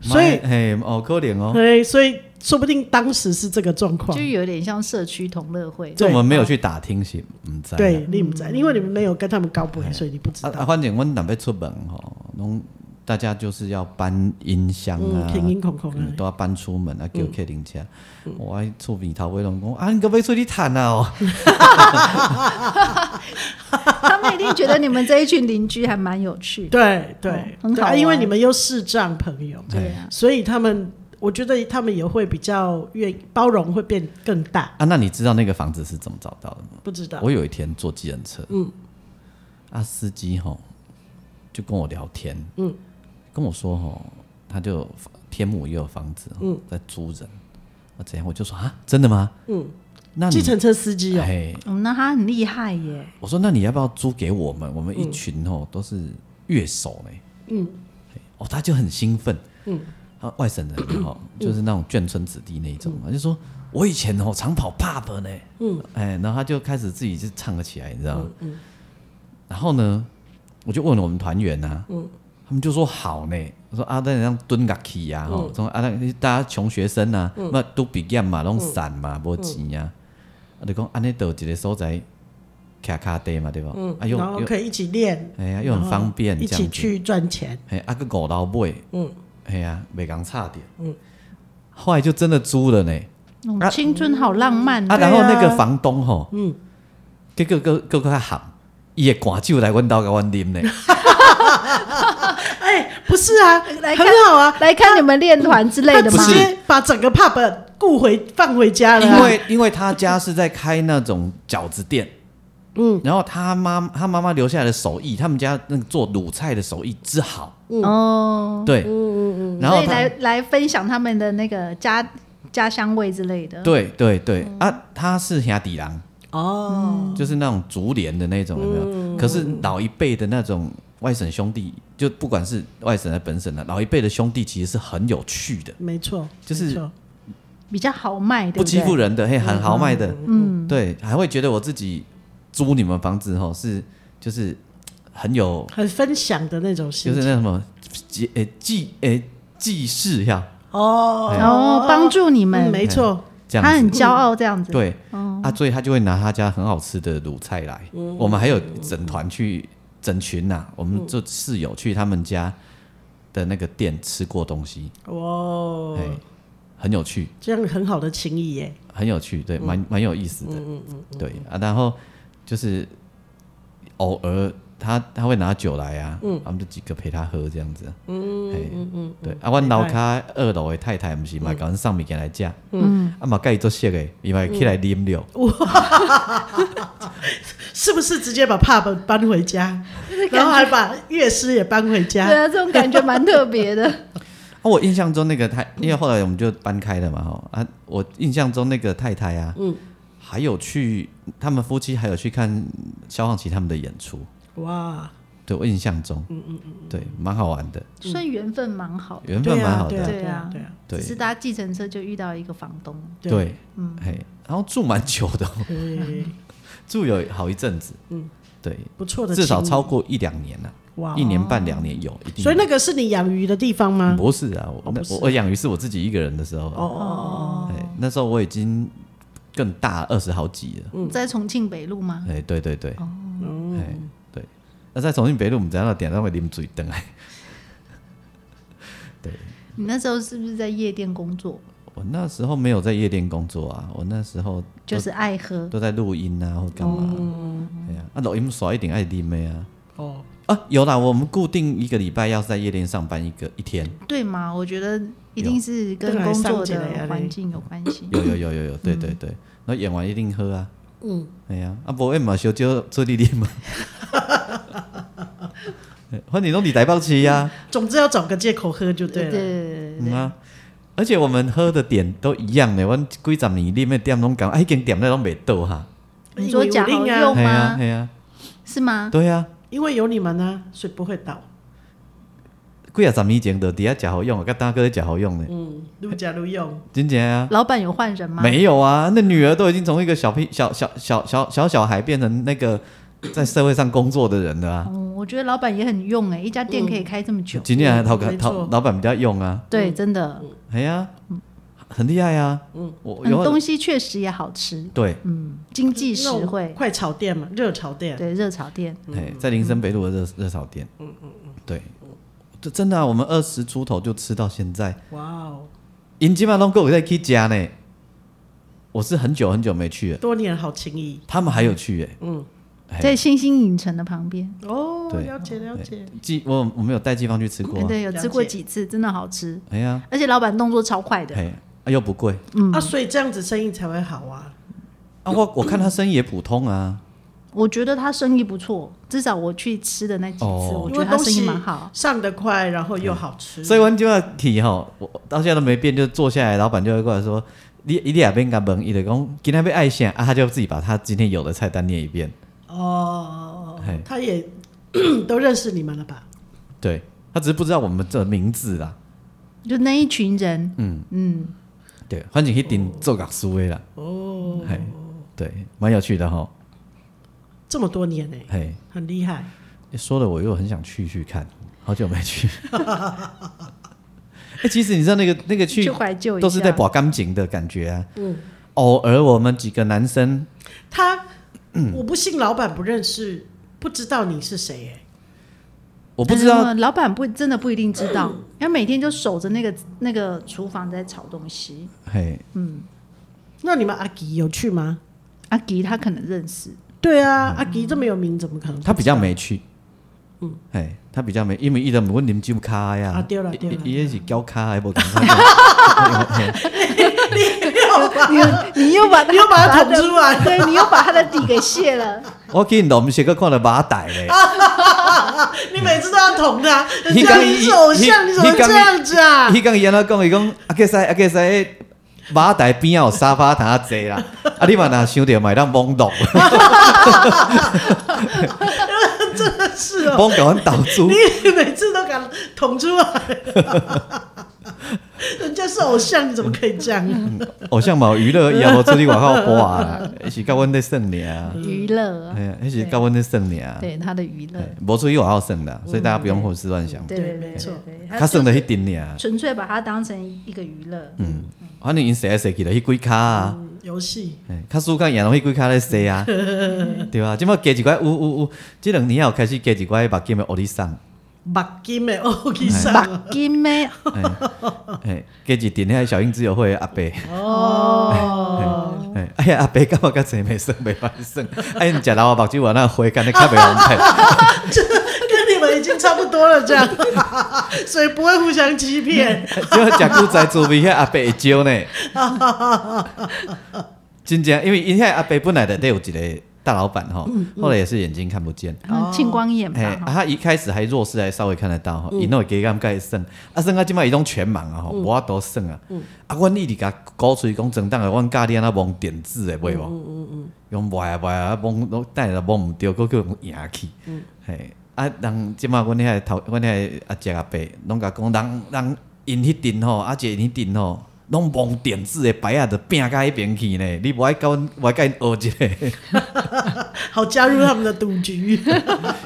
[SPEAKER 2] 所以
[SPEAKER 1] 妈哎，哦，可怜哦，
[SPEAKER 2] 对，所以说不定当时是这个状况
[SPEAKER 3] 就。有点像社区同乐会。
[SPEAKER 2] 对
[SPEAKER 1] 这我们没有去打听是唔知啊，
[SPEAKER 2] 对，你不
[SPEAKER 3] 嗯
[SPEAKER 2] 在，因为你们没有跟他们告白，所以你不知
[SPEAKER 1] 啊啊，
[SPEAKER 2] 道。
[SPEAKER 1] 反正阮若要出门吼，拢大家就是要搬音箱
[SPEAKER 2] 嗯，
[SPEAKER 1] 啊，
[SPEAKER 2] 平平空空
[SPEAKER 1] 嗯
[SPEAKER 2] 啊，嗯
[SPEAKER 1] 都要搬出门啊，叫客人车。我爱厝边头尾拢讲，啊，你可要出去趁啊哦，
[SPEAKER 3] 他们一定觉得你们这一群邻居还蛮有趣的。
[SPEAKER 2] 对
[SPEAKER 3] 哦
[SPEAKER 2] 对，
[SPEAKER 3] 很
[SPEAKER 2] 对
[SPEAKER 3] 好
[SPEAKER 2] 啊
[SPEAKER 3] 玩
[SPEAKER 2] 因为你们又视障朋友，
[SPEAKER 3] 对啊，
[SPEAKER 2] 所以他们，我觉得他们也会比较愿包容会变更大。
[SPEAKER 1] 啊，那你知道那个房子是怎么找到的吗？
[SPEAKER 2] 不知道
[SPEAKER 1] 我有一天坐计程车，嗯，啊，司机吼就跟我聊天，嗯，跟我说吼，他就有天母也有房子，嗯，在租人，啊，怎样？我就说啊，真的吗？嗯，那
[SPEAKER 2] 计
[SPEAKER 1] 你
[SPEAKER 2] 程车司机哦，
[SPEAKER 1] 哎，
[SPEAKER 3] 哦，那他很厉害耶，
[SPEAKER 1] 我说那你要不要租给我们？我们一群哦、都是乐手呢。嗯，哦，他就很兴奋。嗯，他外省人哦，
[SPEAKER 2] 嗯
[SPEAKER 1] 就是那种眷村子弟那一种嘛，就说我以前哦常跑 pub 呢。嗯，哎，然后他就开始自己就唱了起来，你知道吗？嗯，然后呢，我就问了我们团员啊，
[SPEAKER 2] 嗯
[SPEAKER 1] 他们就说好呢。我说啊，那你让蹲个起呀，
[SPEAKER 2] 嗯
[SPEAKER 1] 吼，从啊，那大家穷学生啊，那都毕业嘛，拢散
[SPEAKER 2] 嗯
[SPEAKER 1] 嘛，无钱啊。啊，就讲安尼到一个所在，卡卡地嘛，对吧？啊，又
[SPEAKER 2] 嗯然后
[SPEAKER 1] 又
[SPEAKER 2] 可以一起练，
[SPEAKER 1] 哎呀，又很方便，
[SPEAKER 2] 然
[SPEAKER 1] 这
[SPEAKER 2] 后一
[SPEAKER 1] 样
[SPEAKER 2] 起
[SPEAKER 1] 子。
[SPEAKER 2] 去赚钱。
[SPEAKER 1] 嘿，啊个五楼买，嗯，嘿啊，袂讲差点，嗯，后来就真的租了呢，
[SPEAKER 3] 哦
[SPEAKER 1] 啊
[SPEAKER 3] 青春好浪漫
[SPEAKER 1] 啊，
[SPEAKER 2] 对
[SPEAKER 1] 然后那
[SPEAKER 2] 啊
[SPEAKER 1] 个房东吼，嗯，结果个个个喊，伊的赶酒来阮兜甲阮啉 呢，
[SPEAKER 2] 哎，不是啊，
[SPEAKER 3] 嗯来
[SPEAKER 2] 很
[SPEAKER 3] 看
[SPEAKER 2] 好啊，
[SPEAKER 3] 来看你们练团之类
[SPEAKER 2] 他
[SPEAKER 3] 的
[SPEAKER 2] 直
[SPEAKER 3] 吗？
[SPEAKER 2] 接把整个 pub 呃雇回放回家了啊。
[SPEAKER 1] 因为因为他家是在开那种饺子店。嗯，然后他妈他妈妈留下来的手艺，他们家那个做卤菜的手艺之好，
[SPEAKER 3] 哦，
[SPEAKER 1] 对，嗯嗯嗯，然
[SPEAKER 3] 所
[SPEAKER 1] 后
[SPEAKER 3] 以
[SPEAKER 1] 他
[SPEAKER 3] 来来分享他们的那个家家乡味之类的。
[SPEAKER 1] 对对对、啊，他是兄弟郎，
[SPEAKER 2] 哦，
[SPEAKER 1] 就是那种竹联的那种，有没有？
[SPEAKER 3] 嗯
[SPEAKER 1] 可是老一辈的那种外省兄弟，就不管是外省还是本省的，老一辈的兄弟其实是很有趣的，
[SPEAKER 2] 没错，
[SPEAKER 1] 就是
[SPEAKER 2] 没错
[SPEAKER 3] 比较豪迈，对
[SPEAKER 1] 不欺负
[SPEAKER 3] 对？
[SPEAKER 1] 人的，嘿，很豪迈的，
[SPEAKER 3] 嗯，
[SPEAKER 1] 对，还会觉得我自己租你们房子吼是就是很有，
[SPEAKER 2] 很分享的那种心
[SPEAKER 1] 就是
[SPEAKER 2] 情。
[SPEAKER 1] 那什么记诶记诶记事呀，
[SPEAKER 2] 哦
[SPEAKER 1] 哎
[SPEAKER 3] 然后帮助你
[SPEAKER 2] 你
[SPEAKER 3] 们，
[SPEAKER 2] 没错，
[SPEAKER 1] 这
[SPEAKER 3] 他
[SPEAKER 1] 样
[SPEAKER 3] 很
[SPEAKER 1] 子。
[SPEAKER 3] 骄傲嗯这样子。
[SPEAKER 1] 对，啊，所以他就会拿他家很好吃的卤菜来。我们还有整团去，整群呐、我们就室友去他们家的那个店吃过东西，
[SPEAKER 2] 哇，
[SPEAKER 1] 哎，很有趣，
[SPEAKER 2] 这样很好的情谊耶。
[SPEAKER 1] 很有趣，对，蛮蛮有意思的，对啊，然后就是偶尔他他会拿酒来啊，我们就几个陪他喝这样子，嗯嗯嗯，对，啊，我老卡二楼的太太不是嘛，搞人上面给来吃，嗯，啊嘛，介做熟的，伊嘛起来啉了。
[SPEAKER 2] 是不是直接把 pub 搬回家，然后还把乐师也搬回
[SPEAKER 3] 对
[SPEAKER 2] 家？
[SPEAKER 3] 啊，这种感觉蛮特别 的。嗯
[SPEAKER 1] 啊，我印象中那个太，因为后来我们就搬开了嘛，哈啊，我印象中那个太太啊，嗯，还有去他们夫妻还有去看萧煌奇他们的演出，
[SPEAKER 2] 哇，
[SPEAKER 1] 对我印象中，嗯嗯嗯，对，蛮好玩的，
[SPEAKER 3] 所以缘分蛮好的，
[SPEAKER 1] 缘分
[SPEAKER 2] 对
[SPEAKER 1] 蛮
[SPEAKER 2] 啊，
[SPEAKER 1] 好
[SPEAKER 2] 对
[SPEAKER 1] 的，
[SPEAKER 2] 啊，
[SPEAKER 3] 对
[SPEAKER 2] 对
[SPEAKER 3] 啊
[SPEAKER 2] 啊，对啊，
[SPEAKER 1] 对
[SPEAKER 3] 只是搭计程车就遇到一个房东，
[SPEAKER 2] 对
[SPEAKER 1] 对，嗯，嘿，然后住蛮久的哦，
[SPEAKER 2] 啊对，
[SPEAKER 1] 住有好一阵子，嗯，对，
[SPEAKER 2] 不错的情谊，
[SPEAKER 1] 至少超过一两年了、
[SPEAKER 2] 哇
[SPEAKER 1] 一，年半两年有一定有。
[SPEAKER 2] 所以那个是你养鱼的地方吗？
[SPEAKER 1] 不是啊，我
[SPEAKER 2] 哦不是
[SPEAKER 1] 我我养鱼是我自己一个人的时候，
[SPEAKER 2] 哦哦
[SPEAKER 1] 哎、那时候我已经更大二十好几
[SPEAKER 2] 嗯
[SPEAKER 1] 了，
[SPEAKER 3] 在重庆北路吗？
[SPEAKER 1] 哎、对对
[SPEAKER 2] 哦
[SPEAKER 1] 对，哎、对。那在重庆北路，我们在那点上会啉水灯哎，
[SPEAKER 3] 你那时候是不是在夜店工作？
[SPEAKER 1] 我那时候没有在夜店工作啊，我那时候
[SPEAKER 3] 就是爱喝，
[SPEAKER 1] 都在录音啊或干嘛，哎呀、啊，录音耍一点爱啉的啊。
[SPEAKER 2] 哦哦，
[SPEAKER 1] 啊，有啦，我们固定一个礼拜要在夜店上班一个一天，
[SPEAKER 3] 对吗？我觉得一定是跟
[SPEAKER 2] 有
[SPEAKER 3] 工作
[SPEAKER 2] 对来上一个
[SPEAKER 3] 的
[SPEAKER 2] 嘞
[SPEAKER 3] 环境有关系。
[SPEAKER 1] 有有有有有，对对对，然后演完一定喝啊，嗯，哎呀，啊不会嘛，小酒做你啉嘛，反正拢伫台北市啊，
[SPEAKER 2] 总之要找个借口喝就对
[SPEAKER 3] 对对
[SPEAKER 2] 了。
[SPEAKER 3] 对对
[SPEAKER 1] 嗯啊，而且我们喝的点都一样的，阮几十年啉的点拢讲，哎，间店内拢袂倒哈，
[SPEAKER 3] 对，你说假好
[SPEAKER 2] 因为有
[SPEAKER 3] 用
[SPEAKER 1] 嘿啊
[SPEAKER 3] 吗？
[SPEAKER 1] 嘿啊，
[SPEAKER 3] 是吗？
[SPEAKER 1] 对啊，
[SPEAKER 2] 因为有你们呢、啊，所以不会倒。
[SPEAKER 1] 几啊十年前就伫遐食好用，甲大哥食好用的，
[SPEAKER 2] 嗯，愈加愈用，
[SPEAKER 1] 真正啊。
[SPEAKER 3] 老板有换人吗？
[SPEAKER 1] 没有啊，那女儿都已经从一个小屁小小小小小小孩变成那个在社会上工作的人了啊。嗯
[SPEAKER 3] 嗯，我觉得老板也很用哎、一家店可以开这么久，
[SPEAKER 1] 今天还讨个
[SPEAKER 2] 没错
[SPEAKER 1] 讨老板比较用啊，
[SPEAKER 3] 对，真的，
[SPEAKER 1] 哎呀，很厉害啊。嗯，我
[SPEAKER 3] 嗯，
[SPEAKER 1] 有
[SPEAKER 3] 东西确实也好吃，
[SPEAKER 1] 对，
[SPEAKER 3] 嗯，经济实
[SPEAKER 2] 那种
[SPEAKER 3] 惠，
[SPEAKER 2] 快炒店嘛，热炒店。
[SPEAKER 3] 对，热炒店，
[SPEAKER 1] 哎，在林森北路的热热炒店，嗯嗯嗯，对，这真的啊，我们二十出头就吃到现在，
[SPEAKER 2] 哇哦，
[SPEAKER 1] 因基本上够在去家呢。我是很久很久没去了，
[SPEAKER 2] 多年好情谊
[SPEAKER 1] 他们还有去哎，嗯，
[SPEAKER 3] 在星星影城的旁边，
[SPEAKER 2] 哦，
[SPEAKER 1] 对
[SPEAKER 2] 了解了解。
[SPEAKER 1] 季我我们有带季芳去吃过
[SPEAKER 3] 嗯
[SPEAKER 1] 啊，
[SPEAKER 3] 对，有
[SPEAKER 2] 了
[SPEAKER 3] 吃过
[SPEAKER 2] 解
[SPEAKER 3] 几次，真的好吃，
[SPEAKER 1] 哎呀，
[SPEAKER 3] 而且老板动作超快的，
[SPEAKER 1] 哎，啊又不贵。
[SPEAKER 2] 啊，所以这样子生意才会好啊。
[SPEAKER 1] 啊，我我看他生意也普通啊，
[SPEAKER 3] 我觉得他生意不错，至少我去吃的那几次，
[SPEAKER 1] 哦
[SPEAKER 3] 我
[SPEAKER 2] 因
[SPEAKER 3] 觉
[SPEAKER 2] 为
[SPEAKER 3] 得他
[SPEAKER 2] 东
[SPEAKER 3] 生
[SPEAKER 2] 西
[SPEAKER 3] 意蛮好，
[SPEAKER 2] 上得快，然后又好吃。
[SPEAKER 1] 所以我就要提吼，我我到现在都没变，就坐下来，老板就会过来说，你你两边敢问，伊就讲今天被爱线啊，他就自己把他今天有的菜单念一遍，
[SPEAKER 2] 哦
[SPEAKER 1] 嘿，
[SPEAKER 2] 他也 都认识你们了吧？
[SPEAKER 1] 对他只是不知道我们这名字啦，
[SPEAKER 3] 就那一群人，
[SPEAKER 1] 嗯对，反正一定做港苏威啦，
[SPEAKER 2] 哦，
[SPEAKER 1] 嘿，对，蛮有趣的吼，
[SPEAKER 2] 这么多年呢、
[SPEAKER 1] 嘿，
[SPEAKER 2] 很厉害。
[SPEAKER 1] 说的我又很想去去看，好久没去。 哎、其实你知道那个那个去
[SPEAKER 3] 去怀旧一下，
[SPEAKER 1] 都是在保干净的感觉啊，嗯，偶尔我们几个男生
[SPEAKER 2] 他，
[SPEAKER 1] 嗯
[SPEAKER 2] 我不信老板不认识，不知道你是谁、欸。
[SPEAKER 1] 我不知道
[SPEAKER 3] 嗯老板不真的不一定知道，因为每天就守着那个那个厨房在炒东西。
[SPEAKER 1] 嘿，
[SPEAKER 2] 那你们阿吉有去吗？
[SPEAKER 3] 阿吉他可能认识，
[SPEAKER 2] 对
[SPEAKER 1] 嗯
[SPEAKER 2] 啊，阿吉这么有名，怎么可能不知道？
[SPEAKER 1] 他比较没去，嗯，嘿，他比较没，因为伊都问啉酒卡呀，
[SPEAKER 2] 啊对啦
[SPEAKER 1] 伊
[SPEAKER 2] 对啦
[SPEAKER 1] 伊伊那是交卡还无讲他，
[SPEAKER 3] 你你又把
[SPEAKER 2] 你又把它捅出来
[SPEAKER 3] 对你又把他的底给卸了。
[SPEAKER 1] 我去龙学个看到马仔嘞，
[SPEAKER 2] 啊你每次都要捅他，人
[SPEAKER 1] 你
[SPEAKER 2] 家
[SPEAKER 1] 刚
[SPEAKER 2] 你是偶像，你怎么这样子啊？
[SPEAKER 1] 伊讲伊安怎讲，伊啊讲阿杰西阿杰西马仔边啊有沙发他坐 啦，啊你嘛若想着买当懵懂，
[SPEAKER 2] 是哦，
[SPEAKER 1] 懵搞阮倒 猪，
[SPEAKER 2] 你每次都敢捅出来， 人家是偶像，你怎么可以这样？
[SPEAKER 1] 偶像嘛有娱乐伊也无出去外口播 啊，那是甲阮咧耍尔，
[SPEAKER 2] 嗯
[SPEAKER 4] 嗯
[SPEAKER 3] 娱乐啊
[SPEAKER 1] 哎，呀，哎那是甲阮咧耍尔，
[SPEAKER 3] 对他的娱乐，
[SPEAKER 1] 嘿无出去外口耍啦，所以大家不用胡思乱想，
[SPEAKER 3] 对
[SPEAKER 2] 对
[SPEAKER 3] 对
[SPEAKER 2] 没错
[SPEAKER 3] 对对，就
[SPEAKER 1] 他耍的迄点尔。
[SPEAKER 3] 纯粹把它当成一个娱乐。嗯，
[SPEAKER 1] 反正因踅来踅去就迄几骹啊，
[SPEAKER 2] 游戏
[SPEAKER 1] 嘿较输较赢拢迄几骹咧 踅啊，对啊，即摆加一寡有有有，即两年也有开始加一寡目镜的屋里送，
[SPEAKER 2] 目金的哦，去上
[SPEAKER 3] 目金妹哦
[SPEAKER 1] 嘿，加一阵遐小英自由会的阿伯，
[SPEAKER 2] 哦，
[SPEAKER 1] 嘿，哎呀阿伯感觉较济袂算袂歹算，哎因食老啊目睭啊那花干咧较袂好睇，
[SPEAKER 2] 跟你们已经差不多了，这样， 所以不会互相欺 骗。
[SPEAKER 1] 即摆食久在滋味遐阿伯会招呢，真正因为因遐阿伯本来内底有一个大老板吼，后来也是眼睛看不见。
[SPEAKER 4] 哦
[SPEAKER 3] 嗯庆光眼
[SPEAKER 1] 嘿，
[SPEAKER 3] 吧哈，嗯
[SPEAKER 1] 啊，他一开始还弱势，还稍微看得到吼，伊那给尴尬算，啊算到即摆伊拢全盲啊吼，无法度算啊，
[SPEAKER 3] 嗯
[SPEAKER 1] 啊，阮一直甲鼓吹讲正当的，阮教你安那蒙点子的，袂
[SPEAKER 3] 嗯
[SPEAKER 1] 无，用歪啊歪啊，蒙拢等下蒙毋对，佫叫赢去，
[SPEAKER 3] 嗯
[SPEAKER 1] 嘿，啊，人即摆阮遐的头，阮遐的阿叔阿伯，拢甲讲人人因迄阵吼，啊姐因迄阵吼，拢蒙点子的白啊，就拼到迄边去呢。你无爱甲阮，我甲因学一下。
[SPEAKER 2] 好加入他们的赌局。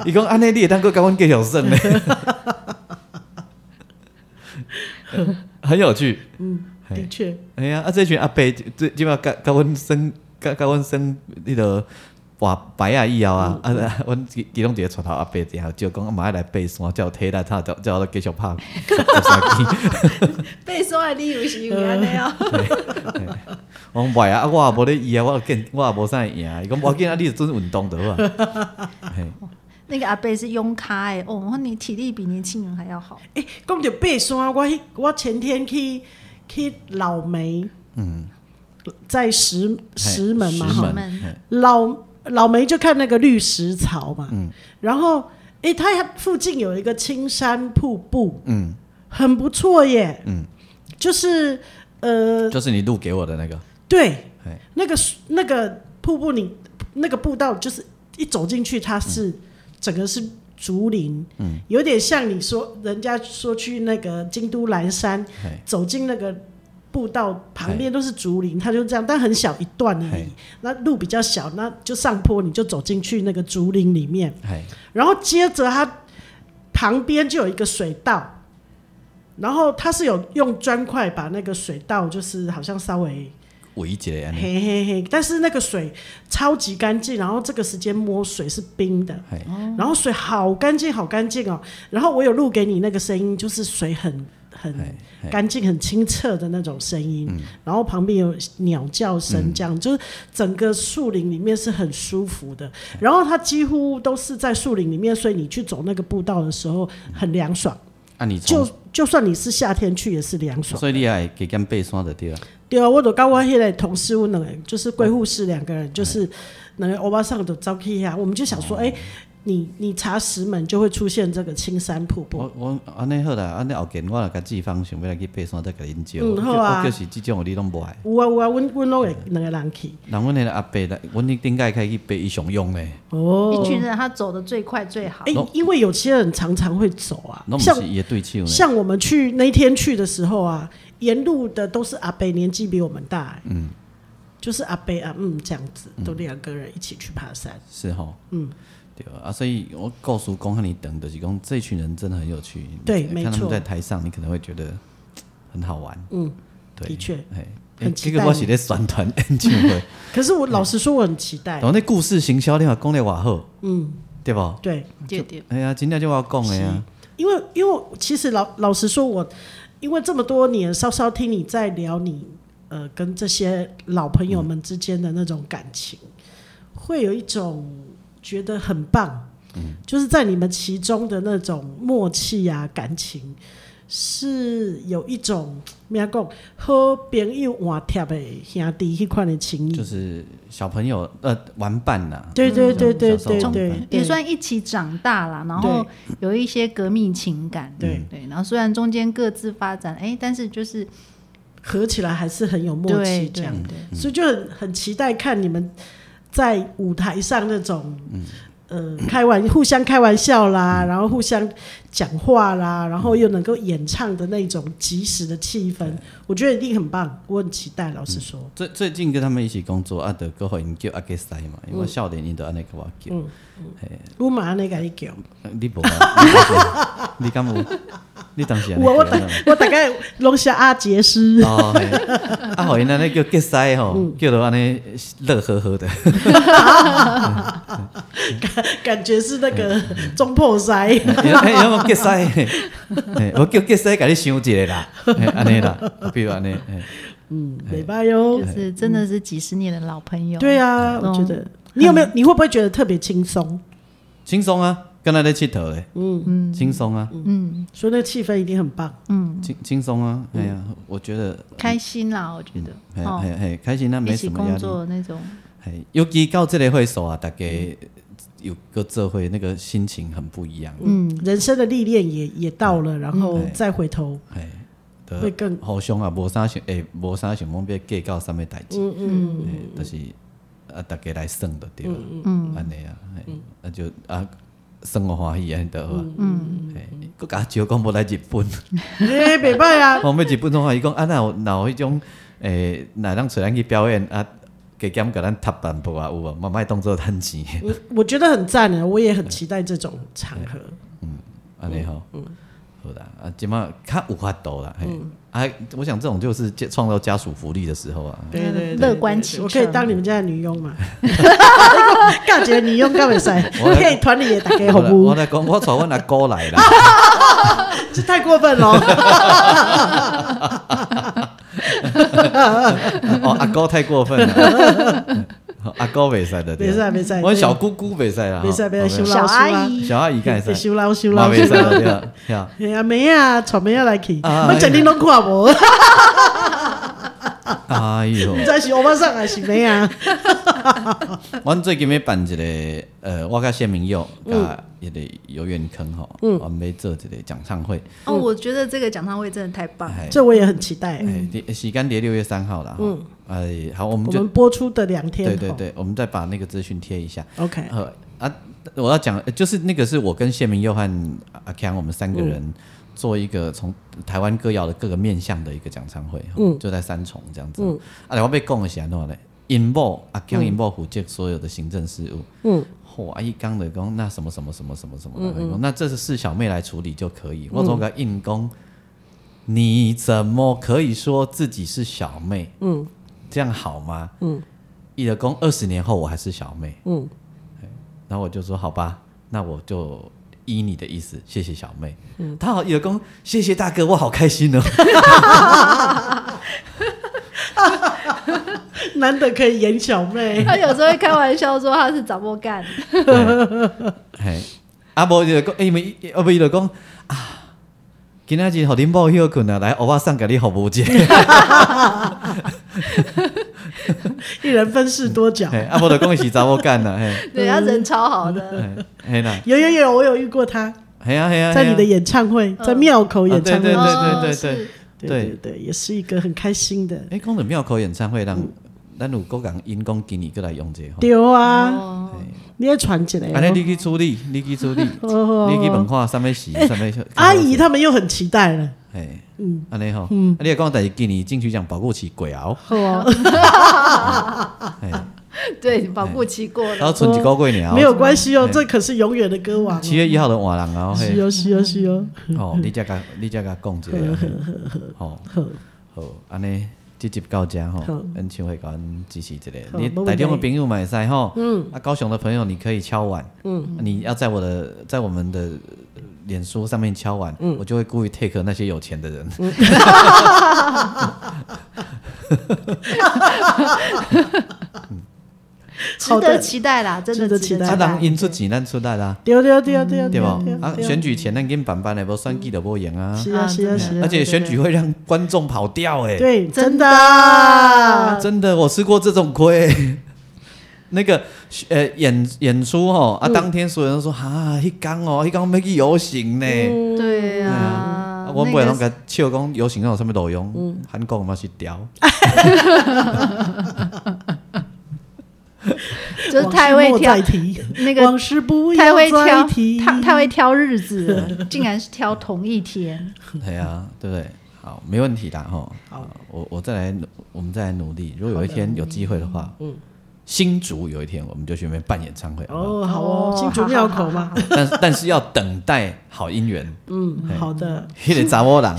[SPEAKER 1] 伊讲安尼，你会当搁甲阮继续算呢？很有趣。
[SPEAKER 2] 嗯的确，
[SPEAKER 1] 哎呀，啊，这群阿伯最即码甲甲阮生甲甲阮生迄落活白啊以后啊，
[SPEAKER 2] 嗯
[SPEAKER 1] 啊，啊阮其其中一个船头阿伯然后就讲啊嘛要来爬山，才有体力，他才才有继续拍十三支。
[SPEAKER 4] 被说的理由是因为安尼哦，
[SPEAKER 1] 我讲袂啊，啊我也无咧伊啊，我见我也无啥会赢。伊讲我见啊，你是准运动得啊。 嘿
[SPEAKER 3] 那个阿贝是拥咖哎，哦，我说你体力比年轻人还要好。
[SPEAKER 2] 哎、讲到爬山，我迄我前天去去老梅，嗯，在石石门嘛，
[SPEAKER 1] 石
[SPEAKER 2] 哈
[SPEAKER 1] 门，嘿
[SPEAKER 2] 老老梅就看那个绿石槽嘛，然后哎、诶它附近有一个青山瀑布，
[SPEAKER 1] 嗯，
[SPEAKER 2] 很不错耶，嗯，就是呃，
[SPEAKER 1] 就是你录给我的那个，
[SPEAKER 2] 对
[SPEAKER 1] 嘿，
[SPEAKER 2] 那个水那个瀑布你那个步道就是一走进去，它是、整个是竹林，嗯，有点像你说人家说去那个京都岚山
[SPEAKER 1] 嘿
[SPEAKER 2] 走进那个。步道旁边都是竹林，它就这样，但很小一段而已
[SPEAKER 1] 嘿。
[SPEAKER 2] 那路比较小，那就上坡，你就走进去那个竹林里面。
[SPEAKER 1] 嘿，
[SPEAKER 2] 然后接着它旁边就有一个水道，然后它是有用砖块把那个水道就是好像稍微
[SPEAKER 1] 唯一一个安尼，
[SPEAKER 2] 嘿嘿嘿，但是那个水超级干净，然后这个时间摸水是冰的，
[SPEAKER 1] 嘿，
[SPEAKER 2] 然后水好干净好干净哦。然后我有录给你那个声音，就是水很很
[SPEAKER 1] 嘿，嘿，嗯
[SPEAKER 2] 干净很清澈的那种声音，然后旁边有鸟叫声，这样、就是整个树林里面是很舒服的。然后它几乎都是在树林里面，所以你去走那个步道的时候很凉爽，
[SPEAKER 1] 啊你
[SPEAKER 2] 就
[SPEAKER 1] 从，
[SPEAKER 2] 就算你是夏天去也是凉爽。
[SPEAKER 1] 所以你也会给跟爬山就对啊，
[SPEAKER 2] 对啊，我就跟我迄个同事，我两个就是贵护士两个人，
[SPEAKER 1] 嗯
[SPEAKER 2] 就是两个欧巴桑都招去呀。我们就想
[SPEAKER 1] 哦
[SPEAKER 2] 说，哎、你你查石门就会出现这个青山瀑布，
[SPEAKER 1] 我我安尼好啦，安尼后见我若甲志芳想要来去爬山，再甲恁招。
[SPEAKER 2] 嗯好啊
[SPEAKER 1] 我就是即种的你拢无爱。
[SPEAKER 2] 有啊有啊，阮阮拢会两个人去。
[SPEAKER 1] 人阮迄个阿伯来，阮迄顶届开去爬伊上勇咧，
[SPEAKER 2] 哦，
[SPEAKER 3] 一群人他走的最快最好
[SPEAKER 2] 哎、，因为有些人常常会走啊
[SPEAKER 1] 拢，毋
[SPEAKER 2] 像
[SPEAKER 1] 是伊的对手咧。
[SPEAKER 2] 像我们去那一天去的时候啊，沿路的都是阿伯，年纪比我们大、嗯，就是阿伯啊，嗯，这样子，都两个人一起去爬山，
[SPEAKER 1] 是吼，嗯，对啊，所以我告诉公汉你等的，就是讲这群人真的很有趣。
[SPEAKER 2] 对
[SPEAKER 1] 你
[SPEAKER 2] 没
[SPEAKER 1] 看他
[SPEAKER 2] 错
[SPEAKER 1] 们在台上，你可能会觉得嘖很好玩。嗯，对，
[SPEAKER 2] 的确
[SPEAKER 1] 嘿。
[SPEAKER 2] 很
[SPEAKER 1] 欸
[SPEAKER 2] 期
[SPEAKER 1] 这
[SPEAKER 2] 待
[SPEAKER 1] 个我是咧宣传 演唱会，
[SPEAKER 2] 可是我老实说，我很期待
[SPEAKER 1] 然，后那故事行销你话讲得话好，嗯，对不？
[SPEAKER 2] 对。
[SPEAKER 3] 对对，
[SPEAKER 1] 哎呀，真正就我讲的呀，
[SPEAKER 2] 因为因为我其实老老实说我，因为这么多年稍稍听你在聊你呃跟这些老朋友们之间的那种感情，会有一种觉得很棒，就是在你们其中的那种默契啊感情。是有一种咩啊讲，好朋友换贴的兄弟迄款的情谊，
[SPEAKER 1] 就是小朋友呃玩伴呐，
[SPEAKER 2] 对对对对
[SPEAKER 1] 小
[SPEAKER 2] 对
[SPEAKER 1] 时候
[SPEAKER 2] 对，对
[SPEAKER 3] 也算一起长大啦，然后有一些革命情感，
[SPEAKER 2] 对
[SPEAKER 3] 对，然后虽然中间各自发展，哎，但是就是
[SPEAKER 2] 合起来还是很有默
[SPEAKER 3] 对
[SPEAKER 2] 契这
[SPEAKER 3] 对
[SPEAKER 2] 样。
[SPEAKER 3] 对，
[SPEAKER 2] 所以就很很期待看你们在舞台上那种，呃，开玩互相开玩笑啦，然后互相讲话啦，然后又能够演唱的那种即时的气氛，我觉得一定很棒，我很期待。老实说，
[SPEAKER 1] 最最近跟他们一起工作，啊，得过后因叫阿给塞嘛，因为少年因都安尼跟我叫，
[SPEAKER 2] 我马上来给你讲，
[SPEAKER 1] 你无啊？你敢有？你当时安尼
[SPEAKER 2] 我我
[SPEAKER 1] 叫
[SPEAKER 2] 大
[SPEAKER 1] 的吗
[SPEAKER 2] 我大概拢是阿杰斯，
[SPEAKER 1] 哦，嘿啊，互因安尼叫结塞吼，叫到安尼乐呵呵的，
[SPEAKER 2] 感觉是那个中破塞。
[SPEAKER 1] 哎，有无结塞？ 嘿我叫结塞，甲你想一个啦，嘿安尼啦，比如安尼，嘿
[SPEAKER 2] 嗯，美拜哟
[SPEAKER 3] 就。是真的是几十年的老朋友，
[SPEAKER 2] 对啊，我觉得你有没有？你会不会觉得特别轻松？
[SPEAKER 1] 轻松啊，跟咱咧佚佗咧，嗯嗯，轻松啊，
[SPEAKER 2] 所以那气氛一定很棒。
[SPEAKER 1] 轻轻松啊，哎呀，我觉得，
[SPEAKER 3] 开心啦，我觉得，
[SPEAKER 1] 嘿
[SPEAKER 3] 哦，
[SPEAKER 1] 嘿嘿，开心嗯哎那
[SPEAKER 3] 一
[SPEAKER 1] 没
[SPEAKER 3] 起
[SPEAKER 1] 什么压
[SPEAKER 3] 工
[SPEAKER 1] 力。
[SPEAKER 3] 作的那种，
[SPEAKER 1] 嘿尤其到这个会所啊，大家有个这会那个心情很不一样，
[SPEAKER 2] 嗯，人生的历练也也到了，然后再回头
[SPEAKER 1] 哎，就
[SPEAKER 2] 会更
[SPEAKER 1] 互相啊，无啥想，诶，无啥想讲要计较啥物代志，嗯嗯，就是啊，大家来算就对了，嗯，安尼啊，嘿啊就啊，生活欢喜安尼就好啊。嗯，佮甲招讲无来日本，
[SPEAKER 2] 哎，袂歹 啊，
[SPEAKER 1] 我要日本的话，伊讲啊，若有若有迄种诶，若咱找咱去表演啊，加减甲咱踢淡薄啊，有无？嘛莫当做趁钱的，
[SPEAKER 2] 我我觉得很赞啊，我也很期待这种场合。
[SPEAKER 1] 安尼吼。好啦，啊，即马较有法度啦，嘿，啊，我想这种就是建创造家属福利的时候啊，
[SPEAKER 2] 对对对，
[SPEAKER 3] 乐观
[SPEAKER 2] 对
[SPEAKER 3] 其
[SPEAKER 2] 我可以
[SPEAKER 3] 成
[SPEAKER 2] 当你们家的女佣嘛？ 感觉女佣干袂使，
[SPEAKER 1] 我
[SPEAKER 2] 可以团里也打给
[SPEAKER 1] 我来
[SPEAKER 2] 红
[SPEAKER 1] 我
[SPEAKER 2] 屋，
[SPEAKER 1] 来讲，我带阮阿姑来啦，
[SPEAKER 2] 这太过分了。
[SPEAKER 1] 哦，阿姑太过分了，嗯阿姑袂使的，对
[SPEAKER 2] 没
[SPEAKER 1] 了
[SPEAKER 2] 事啊没事，
[SPEAKER 1] 我小姑姑袂使啦，
[SPEAKER 2] 没事
[SPEAKER 1] 吼
[SPEAKER 2] 没事，修
[SPEAKER 1] 哦
[SPEAKER 2] 老
[SPEAKER 3] 小
[SPEAKER 2] 师
[SPEAKER 3] 阿
[SPEAKER 2] 啊，
[SPEAKER 3] 姨
[SPEAKER 1] 小阿姨敢会使，
[SPEAKER 2] 修老修
[SPEAKER 1] 嘛
[SPEAKER 2] 老
[SPEAKER 1] 袂使
[SPEAKER 2] 修
[SPEAKER 1] 啦，
[SPEAKER 2] 老。
[SPEAKER 1] 对啦，对啊，
[SPEAKER 2] 哎呀，妹啊，草莓啊来去，
[SPEAKER 1] 啊
[SPEAKER 2] 我整 天拢看无，不
[SPEAKER 1] 哎哟，
[SPEAKER 2] 知是欧巴桑还是妹啊？
[SPEAKER 1] 阮最近要办一个，呃，我甲谢明佑
[SPEAKER 2] 嗯
[SPEAKER 1] 甲迄个游园坑吼，阮要做一个讲唱会，
[SPEAKER 4] 哦，我觉得这个讲唱会真的太棒了。
[SPEAKER 1] 哎
[SPEAKER 2] 这我也很期待。
[SPEAKER 1] 哎，第时间伫六月三号啦，嗯，哎，好，我们
[SPEAKER 2] 我
[SPEAKER 1] 就
[SPEAKER 2] 们播出的两天，
[SPEAKER 1] 对对对，我们再把那个资讯贴一下。
[SPEAKER 2] 哦，OK，
[SPEAKER 1] 呃啊，我要讲，呃就是那个是我跟谢明、佑和阿强，我们三个人做一个从台湾歌谣的各个面向的一个讲唱会，嗯，就在三重这样子。嗯，啊，然后被供了起来弄嘞，引爆阿强引爆虎界所有的行政事务，嗯，嚯、阿姨刚的讲那什么什么什么什么什么，嗯那这是是小妹来处理就可以，我总给她硬攻。你怎么可以说自己是小妹？嗯，这样好吗？嗯，伊的公二十年后我还是小妹。然后我就说好吧，那我就依你的意思，谢谢小妹。
[SPEAKER 2] 嗯
[SPEAKER 1] 他好有功，谢谢大哥，我好开心哦。
[SPEAKER 2] 难得可以演小妹，
[SPEAKER 4] 他有时候会开玩笑说他是找莫 干，
[SPEAKER 1] 嘿，啊无就讲，哎咪，啊不伊就讲啊，今仔日互恁某休困啊，来，我巴送给你服务
[SPEAKER 2] 哎
[SPEAKER 1] 者。
[SPEAKER 2] 一人分饰多角。
[SPEAKER 1] 嘿，啊无就讲伊是查某干啦，嘿，
[SPEAKER 4] 对他人超好的，
[SPEAKER 1] 嘿嘿啦，
[SPEAKER 2] 有有有，我有遇过他，
[SPEAKER 1] 嘿啊嘿啊，
[SPEAKER 2] 在你的
[SPEAKER 1] 嘿啊
[SPEAKER 2] 演唱会，
[SPEAKER 3] 嗯
[SPEAKER 2] 在庙口演唱会
[SPEAKER 1] 啊
[SPEAKER 4] 哦
[SPEAKER 1] 对，对对
[SPEAKER 4] 是
[SPEAKER 1] 对
[SPEAKER 2] 对对对，也是一个很开心的。
[SPEAKER 1] 哎，讲到庙口演唱会，让咱有够讲因讲今年过来用者吼。
[SPEAKER 2] 丢
[SPEAKER 3] 哦
[SPEAKER 2] 啊，你也传起
[SPEAKER 1] 安尼
[SPEAKER 2] 来。
[SPEAKER 1] 啊你去处理，你去处理，
[SPEAKER 2] 哦
[SPEAKER 1] 你去文化上面洗，上面
[SPEAKER 2] 阿姨他们又很期待了，
[SPEAKER 1] 哎，嗯，安尼吼，嗯，啊，你也讲，但是今年金曲奖保护期过后，
[SPEAKER 2] 好哦，
[SPEAKER 1] 哎，
[SPEAKER 4] 对，保护期过
[SPEAKER 1] 然后
[SPEAKER 4] 了，
[SPEAKER 1] 剩一个月尔，
[SPEAKER 2] 没有关系哦，
[SPEAKER 1] 嘿
[SPEAKER 2] 这可是永远的歌王哦。
[SPEAKER 1] 七月一号就换人啊，
[SPEAKER 2] 是
[SPEAKER 1] 嗯嘿，
[SPEAKER 2] 哦，是哦，是哦。
[SPEAKER 1] 哦，你再甲你再甲讲一下，嘿吼，好，安尼。即集到遮吼，咱唱会甲阮支持一下。
[SPEAKER 2] 好
[SPEAKER 1] 你
[SPEAKER 2] 没问
[SPEAKER 1] 台中的
[SPEAKER 2] 题
[SPEAKER 1] 朋友买赛吼，嗯，啊高雄的朋友你可以敲碗，嗯，你要在我的在我们的脸书上面敲碗，我就会故意 take 那些有钱的人，
[SPEAKER 3] 值得期待啦，真的
[SPEAKER 2] 值得期
[SPEAKER 3] 期
[SPEAKER 2] 待
[SPEAKER 1] 啊
[SPEAKER 3] 待。
[SPEAKER 1] 人因出钱咱出力啦，
[SPEAKER 2] 丢丢丢丢
[SPEAKER 1] 对
[SPEAKER 2] 丢
[SPEAKER 1] 不？
[SPEAKER 2] 对
[SPEAKER 1] 啊，
[SPEAKER 2] 对
[SPEAKER 1] 选举前咱跟办办的，无选举就无赢啊。
[SPEAKER 2] 是啊，
[SPEAKER 3] 啊
[SPEAKER 2] 是啊，
[SPEAKER 3] 真的
[SPEAKER 2] 是啊。
[SPEAKER 1] 而且选举会让观众跑掉哎、
[SPEAKER 2] 对，真
[SPEAKER 3] 真
[SPEAKER 2] 的
[SPEAKER 3] 的
[SPEAKER 1] 真的我吃过这种亏、 那个呃演演出哦，啊，当天所有人都说哈，一刚哦，一刚没去游行呢。
[SPEAKER 3] 嗯对呀、
[SPEAKER 1] 啊
[SPEAKER 3] 啊，
[SPEAKER 1] 我
[SPEAKER 3] 那
[SPEAKER 1] 本来拢
[SPEAKER 3] 个
[SPEAKER 1] 甲笑讲游行那有什么路用，韩国嘛是屌，
[SPEAKER 3] 就是太会
[SPEAKER 2] 往事莫
[SPEAKER 3] 挑
[SPEAKER 2] 再提
[SPEAKER 3] 那个
[SPEAKER 2] 往事不
[SPEAKER 3] 太
[SPEAKER 2] 要
[SPEAKER 3] 会
[SPEAKER 2] 再
[SPEAKER 3] 挑，
[SPEAKER 2] 提，
[SPEAKER 3] 他太会挑日子了，竟然是挑同一天。
[SPEAKER 1] 对啊，对不对？好，没问题啦吼。好，我我再来努，我们再来努力。如果有一天有机会的话，嗯，新竹有一天我们就去那边办演唱会，好不
[SPEAKER 2] 哦，
[SPEAKER 1] 好
[SPEAKER 2] 好哦，新竹庙口嘛，
[SPEAKER 1] 但是但是要等待好姻缘，
[SPEAKER 2] 嗯，
[SPEAKER 1] 哎
[SPEAKER 2] 好的。
[SPEAKER 1] 迄个查某人，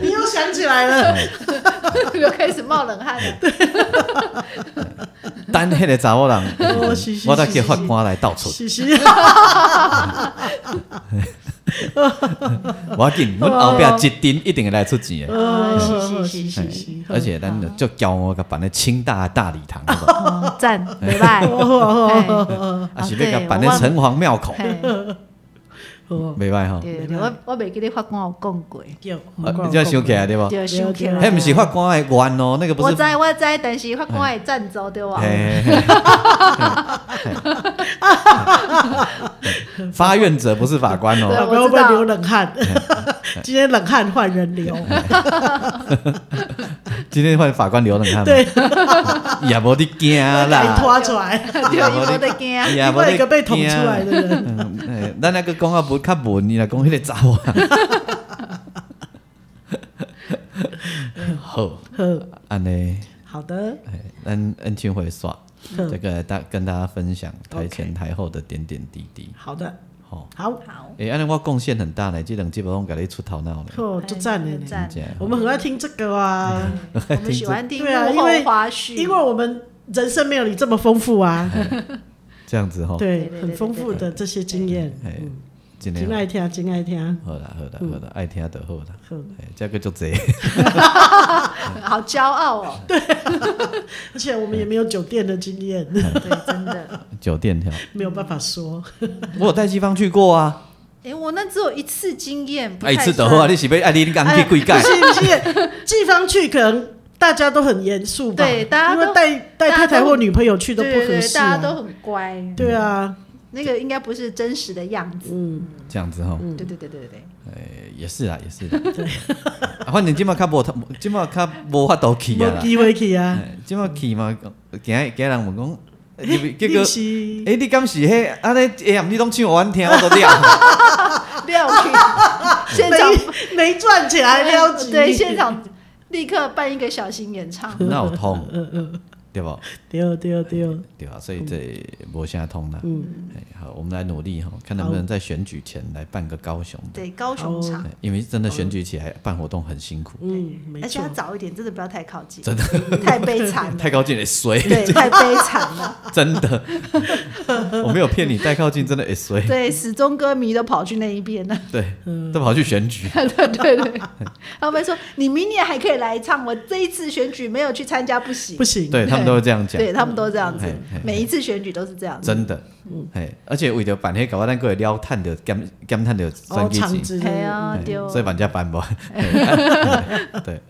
[SPEAKER 2] 你又想起来了，
[SPEAKER 4] 又开始冒冷汗了。
[SPEAKER 1] 等迄个查某人 嗯
[SPEAKER 2] 哦是，是
[SPEAKER 1] 我再叫法官来道出，
[SPEAKER 2] 是 是，
[SPEAKER 1] 我要紧，阮后壁一定一定会来出钱的。
[SPEAKER 2] 哦
[SPEAKER 3] 是是是
[SPEAKER 1] 嘿
[SPEAKER 2] 是
[SPEAKER 1] 而且咱就就骄傲甲办咧清大大礼堂， 好不好
[SPEAKER 3] 哦，赞，没拜。
[SPEAKER 1] 啊
[SPEAKER 3] 哦
[SPEAKER 1] 是要甲
[SPEAKER 3] 对
[SPEAKER 1] 办咧
[SPEAKER 3] 我忘了
[SPEAKER 1] 城隍庙口，
[SPEAKER 3] 嘿
[SPEAKER 2] 哦，
[SPEAKER 1] 袂歹吼。
[SPEAKER 3] 对对，我我袂记得法官有讲过，
[SPEAKER 2] 有，
[SPEAKER 1] 啊你这样想起来对无？
[SPEAKER 3] 对，想起来。
[SPEAKER 1] 迄毋是法官的冤哦，那个不
[SPEAKER 4] 我
[SPEAKER 1] 是
[SPEAKER 4] 知。我知，但是法官会赞助对吧？
[SPEAKER 1] 嘿嘿 嘿发愿者不是法官哦，
[SPEAKER 2] 法
[SPEAKER 4] 对
[SPEAKER 2] 官会
[SPEAKER 4] 我
[SPEAKER 2] 啊不
[SPEAKER 4] 知
[SPEAKER 2] 会
[SPEAKER 4] 道
[SPEAKER 1] 嗯
[SPEAKER 2] 流冷汗？今天冷汗换人流，
[SPEAKER 1] 今天换法官刘冷汉，
[SPEAKER 2] 对，
[SPEAKER 1] 也无得惊
[SPEAKER 2] 被
[SPEAKER 1] 啦，
[SPEAKER 2] 拖出来，
[SPEAKER 3] 对，伊无得惊，
[SPEAKER 1] 也
[SPEAKER 2] 另
[SPEAKER 1] 无
[SPEAKER 2] 外一
[SPEAKER 1] 得
[SPEAKER 2] 个被捅出来的 人，
[SPEAKER 1] 嗯，哎咱那个讲啊无较文，你来讲迄个查某 啊。好，
[SPEAKER 2] 呵，
[SPEAKER 1] 安尼，
[SPEAKER 2] 嗯好的，
[SPEAKER 1] 哎，咱恩庆会耍，
[SPEAKER 2] 嗯
[SPEAKER 1] 这个大跟大家分享台
[SPEAKER 2] OK
[SPEAKER 1] 前台后的点点滴滴。
[SPEAKER 2] 好的，
[SPEAKER 1] 好，
[SPEAKER 2] 好，哦
[SPEAKER 3] 好，
[SPEAKER 1] 哎，安尼我贡献很大呢，这两集不拢给你出头脑呢，
[SPEAKER 2] 呵，就赞了
[SPEAKER 3] 哎
[SPEAKER 2] 呢。
[SPEAKER 3] 赞
[SPEAKER 1] 真的
[SPEAKER 2] 我们很爱听这个啊，
[SPEAKER 1] 嗯
[SPEAKER 3] 我们喜欢听
[SPEAKER 2] 对啊
[SPEAKER 3] 幕
[SPEAKER 2] 因
[SPEAKER 3] 后
[SPEAKER 2] 为
[SPEAKER 3] 花絮，
[SPEAKER 2] 因为我们人生没有你这么丰富啊，
[SPEAKER 1] 嗯这样子吼，
[SPEAKER 2] 对
[SPEAKER 3] 对对，对
[SPEAKER 2] 很丰富的这些经验，
[SPEAKER 1] 哎，真
[SPEAKER 2] 真
[SPEAKER 1] 的
[SPEAKER 2] 爱听，真爱听，啊
[SPEAKER 1] 好，好啦，好啦，好啦，爱听就好啦，
[SPEAKER 2] 好
[SPEAKER 1] 哎，这个就这，
[SPEAKER 3] 好骄傲 哦，
[SPEAKER 2] 而且我们也没有酒店的经验，
[SPEAKER 1] 嗯
[SPEAKER 3] 对，真 的。
[SPEAKER 1] 酒店条，
[SPEAKER 2] 没有办法说。
[SPEAKER 1] 我有带西方去过啊，
[SPEAKER 3] 哎，我那只有一次经验，不
[SPEAKER 1] 哎，
[SPEAKER 3] 太
[SPEAKER 1] 次的
[SPEAKER 3] 算。
[SPEAKER 1] 话你是要爱你刚去几
[SPEAKER 2] 哎不
[SPEAKER 1] 届？
[SPEAKER 2] 是不是，地方去可能大家都很严肃吧？
[SPEAKER 3] 对大家
[SPEAKER 2] 因
[SPEAKER 3] 都
[SPEAKER 2] 为带带太太或女朋友去
[SPEAKER 3] 对
[SPEAKER 2] 都不
[SPEAKER 3] 对
[SPEAKER 2] 合
[SPEAKER 3] 对，
[SPEAKER 2] 适、
[SPEAKER 3] 大
[SPEAKER 2] 啊
[SPEAKER 3] 家都很乖，
[SPEAKER 2] 对啊，
[SPEAKER 3] 那个应该不是真实的样子。
[SPEAKER 1] 这样子吼，
[SPEAKER 3] 对对对对对，
[SPEAKER 1] 诶，也是啦，也是啦。 啊，反正即马较无，即马较无法度去啊
[SPEAKER 2] 没
[SPEAKER 1] 啦。
[SPEAKER 2] 机会去啊。
[SPEAKER 1] 哎即马去嘛，惊惊人问讲，你结
[SPEAKER 2] 你
[SPEAKER 1] 果，
[SPEAKER 2] 是
[SPEAKER 1] 诶，你敢是迄安尼？哎呀，你拢唱互阮听，我都 了。。
[SPEAKER 3] 廖去现场
[SPEAKER 2] 没没赚起来，撩级
[SPEAKER 3] 对，现场立刻办一个小型演唱
[SPEAKER 1] 哪有通？对不？
[SPEAKER 2] 丢丢丢，
[SPEAKER 1] 对啊，所以这无啥通啦。嗯，好，我们来努力哈，看能不能在选举前来办个高雄的，
[SPEAKER 3] 对，高雄场，
[SPEAKER 1] 哎因为真的选举起来办活动很辛苦，
[SPEAKER 2] 嗯，哦没
[SPEAKER 3] 而且
[SPEAKER 2] 错
[SPEAKER 3] 要，早一点，真的不要太靠近，
[SPEAKER 1] 真
[SPEAKER 3] 的太悲 惨了
[SPEAKER 1] 太，高进会衰，
[SPEAKER 3] 嗯对，太悲惨了。
[SPEAKER 1] 真的， 我没有骗你，太靠近真的会衰。
[SPEAKER 3] 对，始终歌迷都跑去那一边了。
[SPEAKER 1] 对，
[SPEAKER 2] 嗯
[SPEAKER 1] 都跑去选 举。
[SPEAKER 3] 对 对 对，他们说你明年还可以来一趟，我这一次选举没有去参加不行
[SPEAKER 2] 不。行，
[SPEAKER 1] 对他们都会这样讲，
[SPEAKER 3] 对他们都这样子
[SPEAKER 1] 嘿嘿，
[SPEAKER 3] 每一次选举都是这样子。
[SPEAKER 1] 真的。
[SPEAKER 2] 嗯
[SPEAKER 1] 嘿，而且为着办迄个，我咱过会了探着减减探着
[SPEAKER 2] 哦，
[SPEAKER 1] 专辑
[SPEAKER 2] 长哦
[SPEAKER 1] 钱，
[SPEAKER 2] 子，
[SPEAKER 3] 哎呀，
[SPEAKER 1] 嘿
[SPEAKER 3] 丢
[SPEAKER 1] 所以玩家办 不？嘿 对，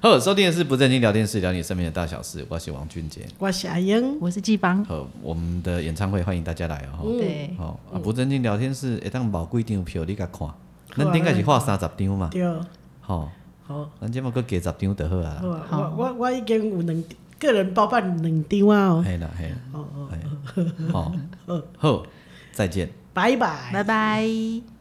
[SPEAKER 1] 好，收听的是不正经聊天室，聊你身边的大小事。我是王俊杰。
[SPEAKER 2] 我是阿英，
[SPEAKER 5] 我是季芳，
[SPEAKER 1] 好，我们的演唱会欢迎大家来哦。
[SPEAKER 2] 嗯
[SPEAKER 3] 对，
[SPEAKER 1] 吼好，啊，不正经聊天室会当买几张票，你甲
[SPEAKER 2] 啊
[SPEAKER 1] 看。咱顶个是画三十张嘛，
[SPEAKER 2] 丢，
[SPEAKER 1] 吼，
[SPEAKER 2] 好，
[SPEAKER 1] 咱即马搁加十张就好啊
[SPEAKER 2] 好
[SPEAKER 1] 啦。
[SPEAKER 2] 啊我我我已经有两个人包办两张啊哦，
[SPEAKER 1] 嘿啦嘿啦，哦哦，好，再见。
[SPEAKER 2] 拜拜。
[SPEAKER 5] 拜拜。